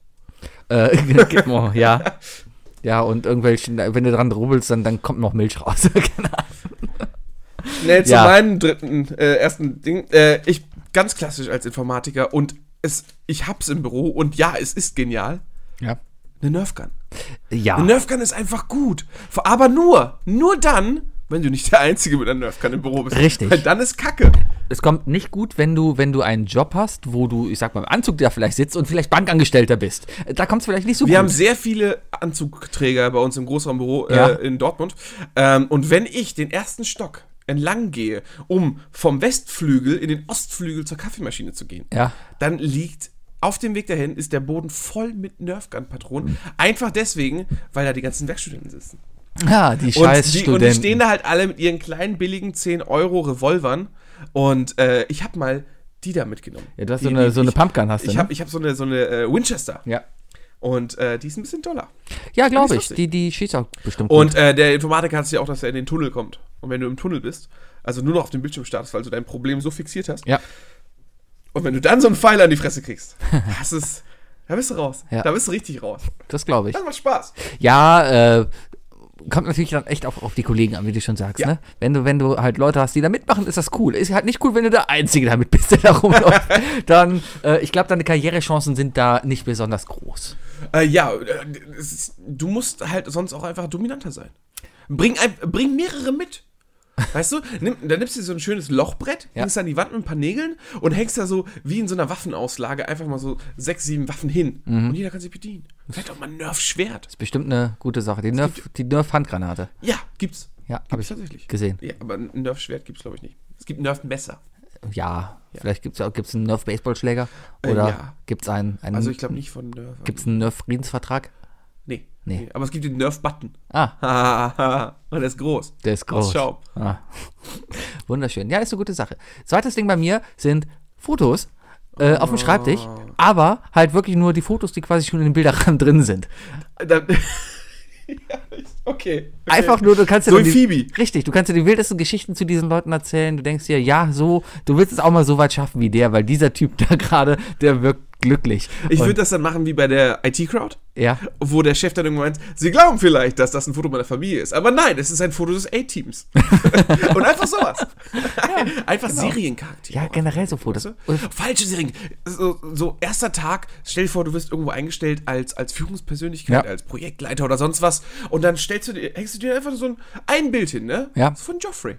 Äh, [laughs] gib mal, ja. [laughs] Ja, und irgendwelchen, wenn du dran rubbelst, dann, dann kommt noch Milch raus. [laughs] Genau. Keine Ahnung. Nee, zu Ja. meinem dritten, äh, ersten Ding. Äh, ich ganz klassisch als Informatiker und es, ich hab's im Büro und ja, es ist genial. ja. Eine Nerf Gun. Ja. Eine Nerf Gun ist einfach gut. Vor- Aber nur, nur dann, wenn du nicht der Einzige mit einer Nerf Gun im Büro bist. Richtig. Weil dann ist Kacke. Es kommt nicht gut, wenn du, wenn du einen Job hast, wo du, ich sag mal, im Anzug da vielleicht sitzt und vielleicht Bankangestellter bist. Da kommt es vielleicht nicht so Wir gut. haben sehr viele Anzugträger bei uns im Großraumbüro Ja. äh, in Dortmund. Ähm, und wenn ich den ersten Stock entlang gehe, um vom Westflügel in den Ostflügel zur Kaffeemaschine zu gehen, Ja. dann liegt auf dem Weg dahin ist der Boden voll mit Mhm. Nerfgun-Patronen. Einfach deswegen, weil da die ganzen Werkstudenten sitzen. ja, die Und die, Scheißstudenten. und die stehen da halt alle mit ihren kleinen, billigen 10-Euro-Revolvern. Und äh, ich habe mal die da mitgenommen. ja, du hast die, so eine, die- so eine ich- Pumpgun hast du, Ich ne? habe ich hab so eine, so eine äh, Winchester. Ja, Und äh, die ist ein bisschen doller. ja Die glaube ist ich. lustig. Die, die schießt auch bestimmt Und äh, der Informatiker hat es ja auch, dass er in den Tunnel kommt. Und wenn du im Tunnel bist, also nur noch auf dem Bildschirm startest, weil du dein Problem so fixiert hast. Ja. Und wenn du dann so einen Pfeil an die Fresse [laughs] kriegst, das ist, da bist du raus. Ja. Da bist du richtig raus. gut, das glaube ich. Das macht Spaß. Ja, äh, kommt natürlich dann echt auch auf die Kollegen an, wie du schon sagst, Ja. ne? Wenn du, wenn du halt Leute hast, die da mitmachen, ist das cool. Ist halt nicht cool, wenn du der Einzige damit bist, der da [laughs] rumläuft. dann, äh, ich glaube, deine Karrierechancen sind da nicht besonders groß. Äh, ja, äh, es ist, du musst halt sonst auch einfach dominanter sein. Bring, ein, bring mehrere mit. Weißt du, nimm, dann nimmst du so ein schönes Lochbrett, Ja. hängst an die Wand mit ein paar Nägeln und hängst da so wie in so einer Waffenauslage einfach mal so sechs, sieben Waffen hin. Mhm. Und jeder kann sie bedienen. Vielleicht auch mal ein Nerf-Schwert. Ist bestimmt eine gute Sache. Die Nerf, die Nerf-Handgranate. Ja, gibt's. Ja, habe Gibt's ich tatsächlich. gesehen. Ja, aber ein Nerf-Schwert gibt's, glaube ich, nicht. Es gibt ein Nerf-Messer. Ja. Vielleicht gibt es gibt's einen Nerf-Baseballschläger Äh, oder ja. gibt es einen, einen, Also ich glaube nicht von Nerf. gibt's einen Nerf-Friedensvertrag? Nee. Nee. nee. Aber es gibt den Nerf-Button. [laughs] Ah, Hahaha. Und der ist groß. der ist Aus groß. Schaum. Ah. [laughs] Wunderschön. Ja, ist eine gute Sache. Zweites Ding bei mir sind Fotos äh, auf dem Schreibtisch, Oh. aber halt wirklich nur die Fotos, die quasi schon in den Bilderrahmen [laughs] drin sind. Dann, [laughs] ja, ich, okay. Einfach nur, du kannst dir So dann wie die- Phoebe. Richtig, du kannst dir die wildesten Geschichten zu diesen Leuten erzählen. Du denkst dir, ja, so, du willst es auch mal so weit schaffen wie der, weil dieser Typ da [laughs] gerade, der wirkt glücklich. Ich Und- würde das dann machen wie bei der IT-Crowd, ja. wo der Chef dann irgendwann meint, sie glauben vielleicht, dass das ein Foto meiner Familie ist. Aber nein, es ist ein Foto des A-Teams. [laughs] Und einfach sowas. einfach Seriencharaktere. genau. Ja, generell so Fotos. Weißt du? Falsche Serien. So, so erster Tag, stell dir vor, du wirst irgendwo eingestellt als, als Führungspersönlichkeit, Ja. als Projektleiter oder sonst was. Und dann stellst du dir, hängst du dir einfach so ein, ein Bild hin, ne? Ja. Von Joffrey.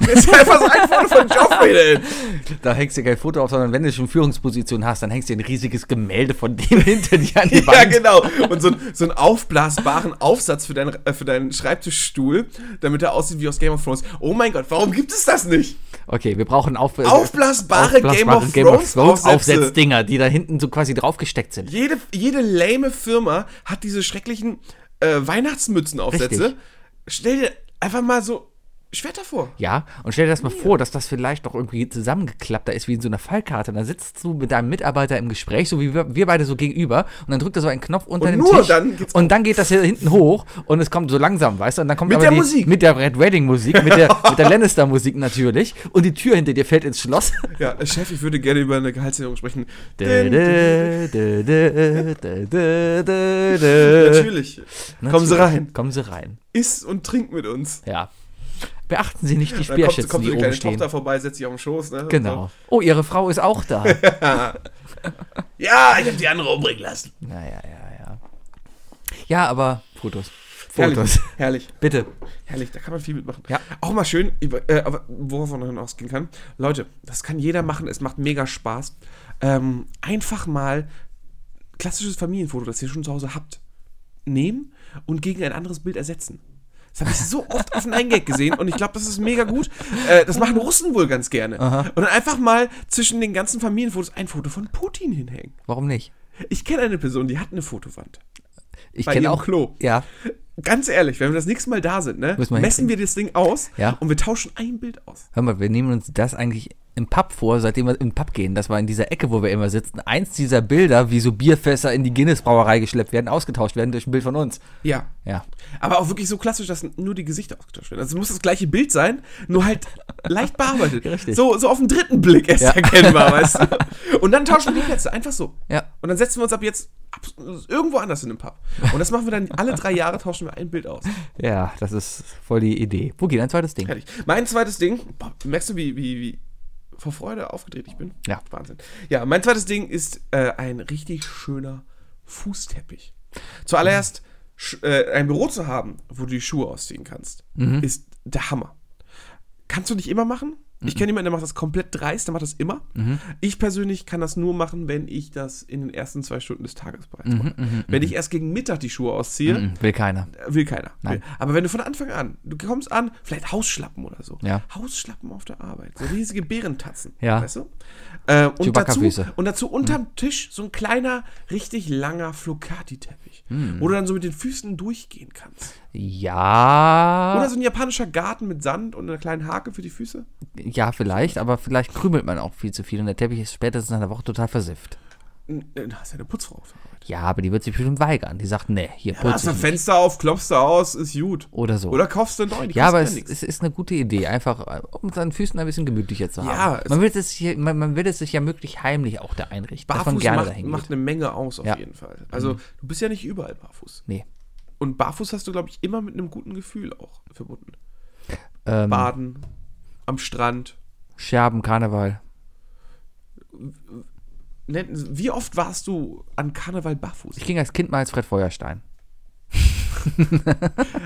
[laughs] Jetzt einfach so ein Foto von Joffrey hin. Da hängst du kein Foto auf, sondern wenn du schon Führungsposition hast, dann hängst du ein riesiges Gemälde von dem [laughs] hinter dir an die Wand. Ja, genau. Und so, ein- so einen aufblasbaren Aufsatz für, dein, äh, für deinen Schreibtischstuhl, damit er aussieht wie aus Game of Thrones. Oh mein Gott, warum gibt es das nicht? Okay, wir brauchen auf, Aufblasbare Game of Thrones Aufsätze. Aufsetzdinger, die da hinten so quasi draufgesteckt sind. Jede, jede lame Firma hat diese schrecklichen äh, Weihnachtsmützenaufsätze. Richtig. Stell dir einfach mal so Schwerter vor. Ja, und stell dir das mal vor, dass das vielleicht noch irgendwie zusammengeklappter ist wie in so einer Fallkarte. Und dann sitzt du mit deinem Mitarbeiter im Gespräch, so wie wir, wir beide so gegenüber, und dann drückt er so einen Knopf unter Und dem nur Tisch. dann geht's und dann geht das hier hinten hoch und es kommt so langsam, weißt du? Und dann kommt Mit aber der die, Musik. Mit der Red Wedding Musik, mit der, mit der Lannister Musik natürlich. Und die Tür hinter dir fällt ins [laughs] Schloss. Ja, äh, Chef, ich würde gerne über eine Gehaltserhöhung sprechen. Dö, dö, dö, dö, dö, dö, dö, dö. Natürlich. Kommen Sie rein. Kommen Sie rein. Iss und trink mit uns. Ja. Beachten Sie nicht die Dann kommt, Speerschützen, kommt so die eine oben kleine stehen. Tochter vorbei, setzt sich auf den Schoß. Ne? Und Genau. Oh, Ihre Frau ist auch da. ja, so, Ja, ich habe die andere umbringen lassen. ja, ja, ja. Ja, aber Fotos. Herrlich. Fotos. Herrlich. Bitte. Herrlich, da kann man viel mitmachen. Ja. Auch mal schön, über- äh, aber worauf man dann ausgehen kann. Leute, das kann jeder machen, es macht mega Spaß. Ähm, einfach mal klassisches Familienfoto, das ihr schon zu Hause habt, nehmen und gegen ein anderes Bild ersetzen. Das habe ich so oft auf den Eingang gesehen und ich glaube, das ist mega gut. Äh, das machen Russen wohl ganz gerne. Und dann einfach mal zwischen den ganzen Familienfotos ein Foto von Putin hinhängen. Warum nicht? Ich kenne eine Person, die hat eine Fotowand. Ich Bei kenne Ihrem auch. Klo. Ja. Ganz ehrlich, wenn wir das nächste Mal da sind, ne, Müssen wir messen wir das Ding aus Ja. und wir tauschen ein Bild aus. Hör mal, wir nehmen uns das eigentlich im Pub vor, seitdem wir im Pub gehen. Das war in dieser Ecke, wo wir immer sitzen. Eins dieser Bilder, wie so Bierfässer in die Guinness-Brauerei geschleppt werden, ausgetauscht werden durch ein Bild von uns. Ja. Ja. Aber auch wirklich so klassisch, dass nur die Gesichter ausgetauscht werden. Also es muss das gleiche Bild sein, nur halt leicht bearbeitet. [laughs] Richtig. So, so auf den dritten Blick erst Ja. [laughs] erkennbar, weißt du? Und dann tauschen wir die Plätze, einfach so. Ja. Und dann setzen wir uns ab jetzt abs- irgendwo anders in den Pub. Und das machen wir dann alle drei Jahre, tauschen wir ein Bild aus. Ja, das ist voll die Idee. Wo geht ein zweites Ding? Fertig. Mein zweites Ding, boah, merkst du, wie, wie, wie vor Freude aufgedreht ich bin? Ja. Wahnsinn. Ja, mein zweites Ding ist äh, ein richtig schöner Fußteppich. Zuallererst, sch- äh, ein Büro zu haben, wo du die Schuhe ausziehen kannst, Mhm. ist der Hammer. Kannst du nicht immer machen? Ich Mhm. kenne jemanden, der macht das komplett dreist, der macht das immer. Ich persönlich kann das nur machen, wenn ich das in den ersten zwei Stunden des Tages bereits mache. Wenn ich erst gegen Mittag die Schuhe ausziehe, Mhm, Will keiner. Will keiner. Nein. Will. Aber wenn du von Anfang an, du kommst an, vielleicht Hausschlappen oder so. Ja. Hausschlappen auf der Arbeit. So riesige Bärentatzen. Ja. Mhm. Weißt du? Äh, und, dazu, Chewbacca-Füße. und dazu unterm Tisch so ein kleiner, richtig langer Flocati-Teppich. Mhm. Wo du dann so mit den Füßen durchgehen kannst. Ja. Oder so ein japanischer Garten mit Sand und einer kleinen Hake für die Füße. Ja, vielleicht, aber vielleicht krümelt man auch viel zu viel und der Teppich ist spätestens nach einer Woche total versifft. N- äh, Da ist ja eine Putzfrau auf der Arbeit. Ja, aber die wird sich bestimmt weigern. Die sagt, nee, hier Da hast putze du ich ein nicht. Fenster auf, klopfst da aus, ist gut. Oder so. Oder kaufst du einen neuen. die ja, kosten aber es, nix. es ist eine gute Idee, einfach äh, um seinen Füßen ein bisschen gemütlicher zu haben. es- man, will es hier, man, man will es sich ja möglich heimlich auch da einrichten, dass man Barfuß gerne macht, dahin macht geht. eine Menge aus auf Ja. Mhm. jeden Fall. Also du bist ja nicht überall barfuß. Nee. Und barfuß hast du, glaube ich, immer mit einem guten Gefühl auch verbunden. Ähm, Baden, am Strand. Scherben, Karneval. Nenn- Ne, Wie oft warst du an Karneval barfuß? Ich ging als Kind mal als Fred Feuerstein.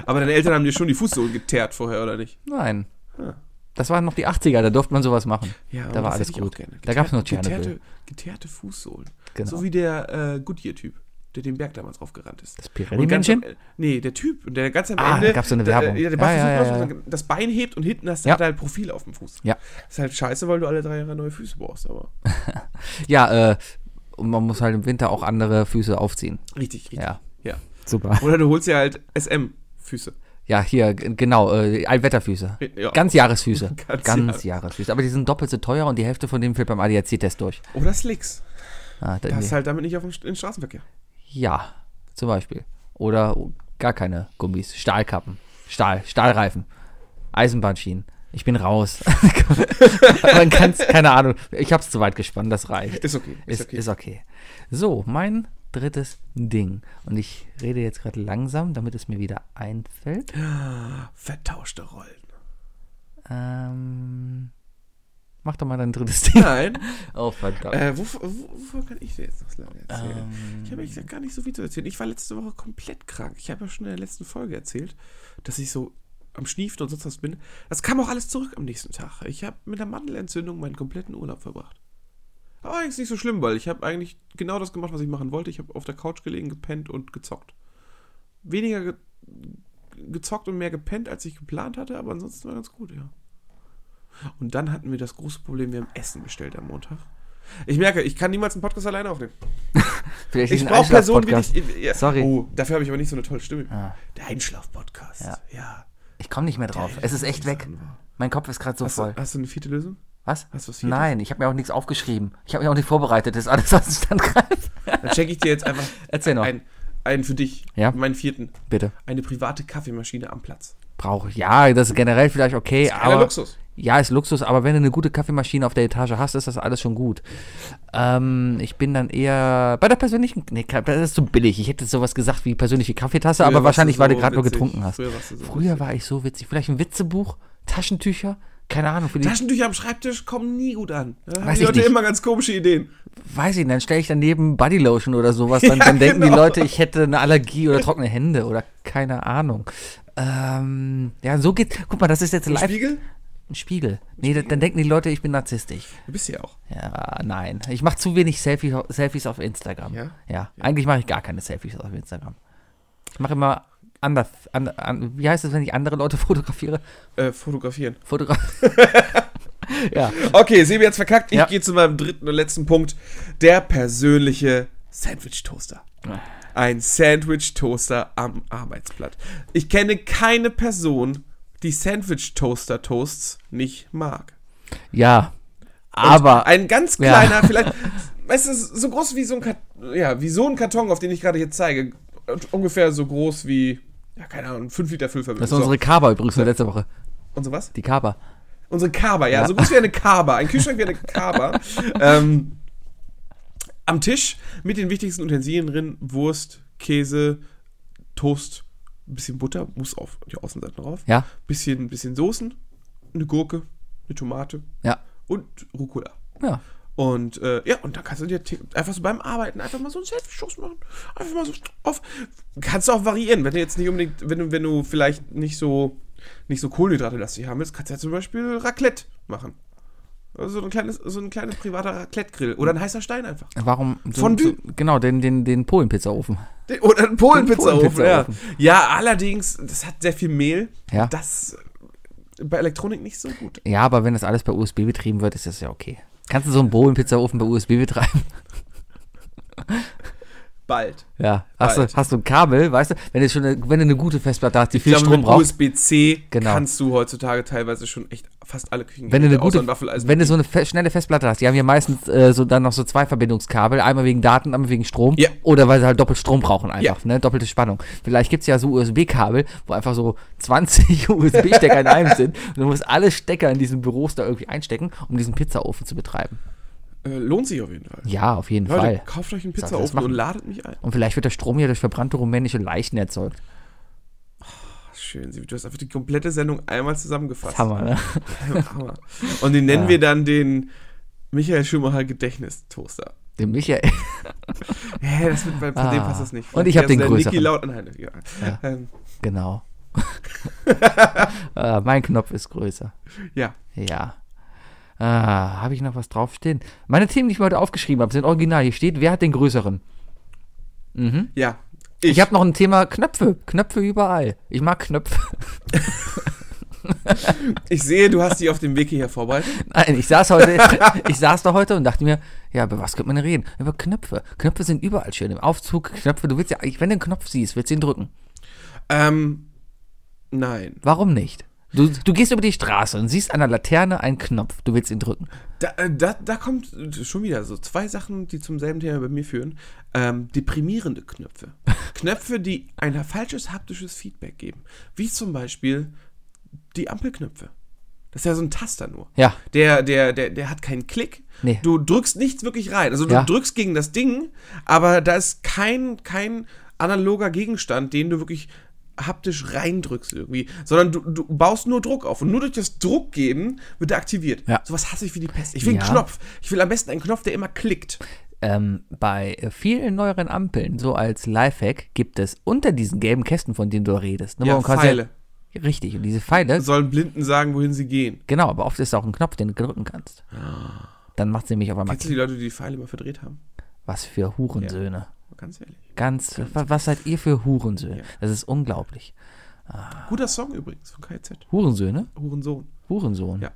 Aber deine Eltern haben dir schon die Fußsohlen geteert vorher, oder nicht? Nein. Ah. Das waren noch die 80er, da durfte man sowas machen. aber da war das alles hätte ich auch gut. gerne. Da gab es noch Geteerte, Tschernobyl. geteerte Fußsohlen. Genau. So wie der äh, Goodyear-Typ. der den Berg damals raufgerannt ist. Das Und ganz am, Pirelli-Männchen? nee, der Typ. Und der ganz am Ah, Ende. da gab's so eine Werbung. Der, der, der Ja, Bart ja, versucht ja, raus, Das Bein hebt und hinten hast du Ja. hat er halt Profil auf dem Fuß. Ja. Ist halt scheiße, weil du alle drei Jahre neue Füße brauchst, aber. Ja, äh, und man muss halt im Winter auch andere Füße aufziehen. Richtig, richtig. Ja. Ja. Super. Oder du holst dir halt SM-Füße. Ja, hier, g- genau, äh, Allwetterfüße. Ja. Ganzjahresfüße. [laughs] Ganz- Ganzjahresfüße. Aber die sind doppelt so teuer und die Hälfte von denen fällt beim ADAC-Test durch. Oder Slicks. Ah, da, Passt halt damit nicht auf den, St- in den Straßenverkehr. Ja, zum Beispiel. Oder gar keine Gummis. Stahlkappen. Stahl, Stahlreifen. Eisenbahnschienen. Ich bin raus. [laughs] Man kann's, keine Ahnung. Ich hab's zu weit gespannt, das reicht. Ist okay. Ist, ist okay. So, mein drittes Ding. Und ich rede jetzt gerade langsam, damit es mir wieder einfällt. Ah, Vertauschte Rollen. Ähm, mach doch mal dein drittes Ding. Nein. Oh, verdammt. Ähm, Äh, wovor, wo- wovor kann ich dir jetzt noch lange erzählen? ich habe ehrlich gesagt gar nicht so viel zu erzählen. Ich war letzte Woche komplett krank. Ich habe ja schon in der letzten Folge erzählt, dass ich so am Schniefen und sonst was bin. Das kam auch alles zurück am nächsten Tag. Ich habe mit einer Mandelentzündung meinen kompletten Urlaub verbracht. Aber eigentlich nicht so schlimm, weil ich habe eigentlich genau das gemacht, was ich machen wollte. Ich habe auf der Couch gelegen, gepennt und gezockt. Weniger ge gezockt und mehr gepennt, als ich geplant hatte, aber ansonsten war ganz gut, ja. Und dann hatten wir das große Problem, wir haben Essen bestellt am Montag. Ich merke, ich kann niemals einen Podcast alleine aufnehmen. Vielleicht Ich diesen brauche Personen, wie Einschlaf-Podcast. ich. Ja. Sorry. Oh, dafür habe ich aber nicht so eine tolle Stimme. Ah. Der Einschlaf-Podcast. Ja. ja. Ich komme nicht mehr drauf. Es ist echt weg. Mein Kopf ist gerade so Hast, voll. du, hast du eine vierte Lösung? Was? äh, Hast du was Viertes? Nein, ich habe mir auch nichts aufgeschrieben. Ich habe mich auch nicht vorbereitet. Das ist alles, was ich dann greife. Dann checke ich dir jetzt einfach [laughs] Erzähl noch. einen, einen für dich. Ja. Meinen vierten. Bitte. Eine private Kaffeemaschine am Platz. Brauche ich. Ja, das ist generell vielleicht okay, Aller aber. Luxus. Ja, ist Luxus, aber wenn du eine gute Kaffeemaschine auf der Etage hast, ist das alles schon gut. Ähm, ich bin dann eher bei der persönlichen. Nee, Ka- das ist zu billig. Ich hätte sowas gesagt wie persönliche Kaffeetasse, Früher aber warst wahrscheinlich, du so weil du gerade nur witzig. getrunken hast. Früher warst du so Früher war ich so witzig. Vielleicht ein Witzebuch, Taschentücher, keine Ahnung. Für die, Taschentücher am Schreibtisch kommen nie gut an. Da haben Weiß die ich Leute nicht. immer ganz komische Ideen. weiß ich nicht, dann stelle ich daneben Bodylotion oder sowas, [laughs] dann, Ja, dann denken die genau. Leute, ich hätte eine Allergie oder trockene Hände oder keine Ahnung. Ähm, ja, so geht's. Guck mal, das ist jetzt live. Spiegel? Ein Spiegel. Nee, da- dann denken die Leute, ich bin narzisstisch. Du bist ja auch. Ja, nein. Ich mache zu wenig Selfie, Selfies auf Instagram. Ja? ja. Eigentlich mache ich gar keine Selfies auf Instagram. Ich mache immer anders. An, an, wie heißt es, wenn ich andere Leute [laughs] fotografiere? Äh, fotografieren. Fotograf [laughs] ja. Okay, Sebi hat's verkackt. Ich Ja. gehe zu meinem dritten und letzten Punkt. Der persönliche Sandwich-Toaster. Ein Sandwich-Toaster am Arbeitsblatt. Ich kenne keine Person, die Sandwich-Toaster-Toasts nicht mag. Ja. Und Aber. ein ganz Ja. kleiner, [laughs] vielleicht, weißt du, so groß wie so ein, Kart ja, wie so ein Karton, auf den ich gerade jetzt zeige. Und Ungefähr so groß wie, ja, keine Ahnung, 5 Liter Füllvermögen. Das ist unsere Kaba übrigens von letzter Woche. so. Unsere was? Die Kaba. Unsere Kaba, ja, Ja. so groß wie eine Kaba. Ein Kühlschrank wie eine [laughs] Kaba. ähm, am Tisch mit den wichtigsten Utensilien drin: Wurst, Käse, Toast, ein bisschen Butter, muss auf die Außenseite drauf. Ja. Bisschen, bisschen Soßen, eine Gurke, eine Tomate Ja. und Rucola. Ja. Und äh, ja, und dann kannst du dir t- einfach so beim Arbeiten einfach mal so einen Selfie-Schuss machen. Einfach mal so auf. Kannst du auch variieren, wenn du jetzt nicht unbedingt, wenn du, wenn du vielleicht nicht so nicht so Kohlenhydrate lastig haben willst, kannst du ja zum Beispiel Raclette machen. Also so ein kleines, so ein kleines privater Raclette-Grill. Oder ein heißer Stein einfach. Warum? So, Fondue. So, genau, den, den, den Polenpizzaofen. Den- [laughs] Oder ein Polenpizzaofen, ja. Polenpizzaofen. Ja, allerdings, das hat sehr viel Mehl. Ja. Das äh, bei Elektronik nicht so gut. Ja, aber wenn das alles bei USB betrieben wird, ist das ja okay. Kannst du so einen Polenpizzaofen bei USB betreiben? [laughs] Bald. Ja. Hast du, Bald. hast du ein Kabel, weißt du? Wenn du schon eine, wenn du eine gute Festplatte hast, die Ich viel glaube, Strom mit braucht. USB-C Genau. kannst du heutzutage teilweise schon echt fast alle Küchen wenn du eine außer gute, ein Waffeleisen wenn du so eine fe schnelle Festplatte hast, die haben ja meistens äh, so dann noch so zwei Verbindungskabel, einmal wegen Daten, einmal wegen Strom Ja. oder weil sie halt doppelt Strom brauchen einfach, Ja. ne? doppelte Spannung. Vielleicht gibt es ja so USB-Kabel, wo einfach so [laughs] 20 USB-Stecker in einem sind und du musst alle Stecker in diesen Büros da irgendwie einstecken, um diesen Pizzaofen zu betreiben. Äh, lohnt sich auf jeden Fall. Ja, auf jeden Leute, Fall. kauft euch einen Sollte das Pizzaofen machen. und ladet mich ein. Und vielleicht wird der Strom ja durch verbrannte rumänische Leichen erzeugt. Ach, schön, Sibi, du hast einfach die komplette Sendung einmal zusammengefasst. Hammer, ne? [laughs] Hammer. Und den nennen wir dann den Michael Schumacher Gedächtnistoaster. Der Michael. [laughs] Hä, das wird bei bei dem Ah. passt das nicht. Und ich hab Der den ist der größeren. Niki laut nein, ja. Ähm, [laughs] genau. äh, mein Knopf ist größer. ja. Ja. Ah, habe ich noch was draufstehen? Meine Themen, die ich mir heute aufgeschrieben habe, sind original. Hier steht, wer hat den größeren? Ja. Ich habe noch ein Thema Knöpfe. Knöpfe überall. Ich mag Knöpfe. [laughs] ich sehe, du hast die auf dem Weg hier vorbei. Nein, ich saß heute, [laughs] ich saß da heute und dachte mir, ja, über was könnte man denn reden? Über Knöpfe. Knöpfe sind überall schön. Im Aufzug, Knöpfe, du willst ja, wenn du einen Knopf siehst, willst du ihn drücken. Ähm, nein. Warum nicht? Du, du gehst über die Straße und siehst an der Laterne einen Knopf, du willst ihn drücken. Da, äh, da, da kommt schon wieder so zwei Sachen, die zum selben Thema bei mir führen. Ähm, deprimierende Knöpfe. Knöpfe, die ein falsches haptisches Feedback geben. Wie zum Beispiel die Ampelknöpfe. Das ist ja so ein Taster nur. Ja. Der, der, der, der hat keinen Klick. Nee. Du drückst nichts wirklich rein. Also du Ja. drückst gegen das Ding, aber da ist kein, kein analoger Gegenstand, den du wirklich haptisch reindrückst irgendwie, sondern du, du baust nur Druck auf und nur durch das Druckgeben wird er aktiviert. Ja. Sowas hasse ich wie die Pest. Ich will Ja. einen Knopf. Ich will am besten einen Knopf, der immer klickt. Ähm, bei äh, vielen neueren Ampeln, so als Lifehack, gibt es unter diesen gelben Kästen, von denen du redest, ne, Ja, wo man quasi- Pfeile. Richtig, und diese Pfeile, Sollen Blinden sagen, wohin sie gehen. genau, aber oft ist da auch ein Knopf, den du drücken kannst. Dann macht sie nämlich auf einmal Kennst Ah. du die Leute, die die Pfeile immer verdreht haben? was für Hurensöhne. Ganz ehrlich. Ganz, wa- was seid ihr für Hurensöhne? Ja. Das ist unglaublich. Guter Song übrigens von KZ. Hurensöhne? Hurensohn. Hurensohn. Ja.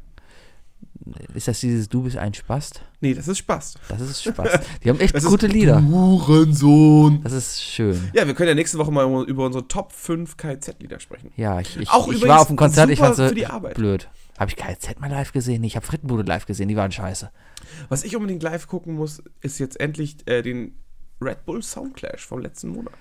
Ist das dieses Du bist ein Spast? Nee, das ist Spaß. Das ist Spaß. Die haben [laughs] echt Das ist- gute Lieder. Hurensohn. Das ist schön. Ja, wir können ja nächste Woche mal um, über unsere Top 5 KZ-Lieder sprechen. Ja, ich, ich, Auch ich übrigens war auf dem Konzert, ich super fand so für die Arbeit. blöd. Habe ich KZ mal live gesehen? Ich habe Frittenbude live gesehen, die waren scheiße. Was ich unbedingt live gucken muss, ist jetzt endlich äh, den Red Bull Soundclash vom letzten Monat.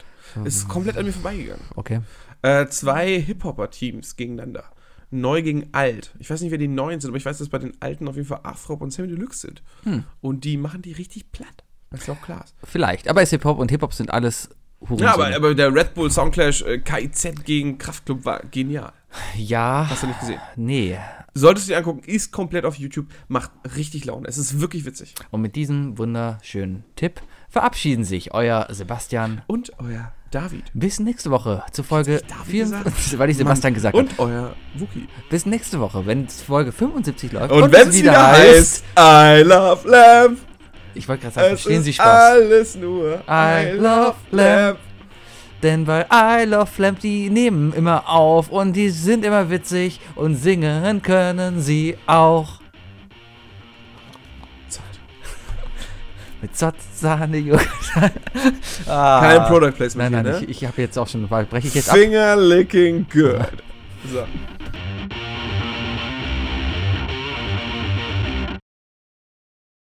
Ist komplett an mir vorbeigegangen. Okay. Äh, zwei Hip-Hopper-Teams gegeneinander. Neu gegen alt. Ich weiß nicht, wer die Neuen sind, aber ich weiß, dass bei den Alten auf jeden Fall Afrop und Sammy Deluxe sind. Und die machen die richtig platt. Das ist ja auch klar. Vielleicht. Aber es ist Hip-Hop und Hip-Hop sind alles Hurensöhne. Ja, aber, aber der Red Bull Soundclash äh, KIZ gegen Kraftclub war genial. ja Hast du nicht gesehen? nee. Solltest du dir angucken, ist komplett auf YouTube, macht richtig Laune. Es ist wirklich witzig. Und mit diesem wunderschönen Tipp verabschieden sich euer Sebastian. Und euer David. Bis nächste Woche zur Folge David 54, [laughs] weil ich Sebastian gesagt habe. Und euer Wookie. Bis nächste Woche, wenn Folge 75 läuft. Und, wenn es wieder, heißt, I love Lamp, ich wollte gerade sagen, es verstehen ist Sie Spaß. alles nur I love Lamp. Denn bei I Love Flamp, die nehmen immer auf und die sind immer witzig und singen können sie auch. [laughs] Mit Zott, Sahne, Joghurt. ah, Kein Product Placement Nein, nein, hier, ne? [laughs] ich, ich habe jetzt auch schon, breche ich jetzt ab. [laughs] Finger licking good. So.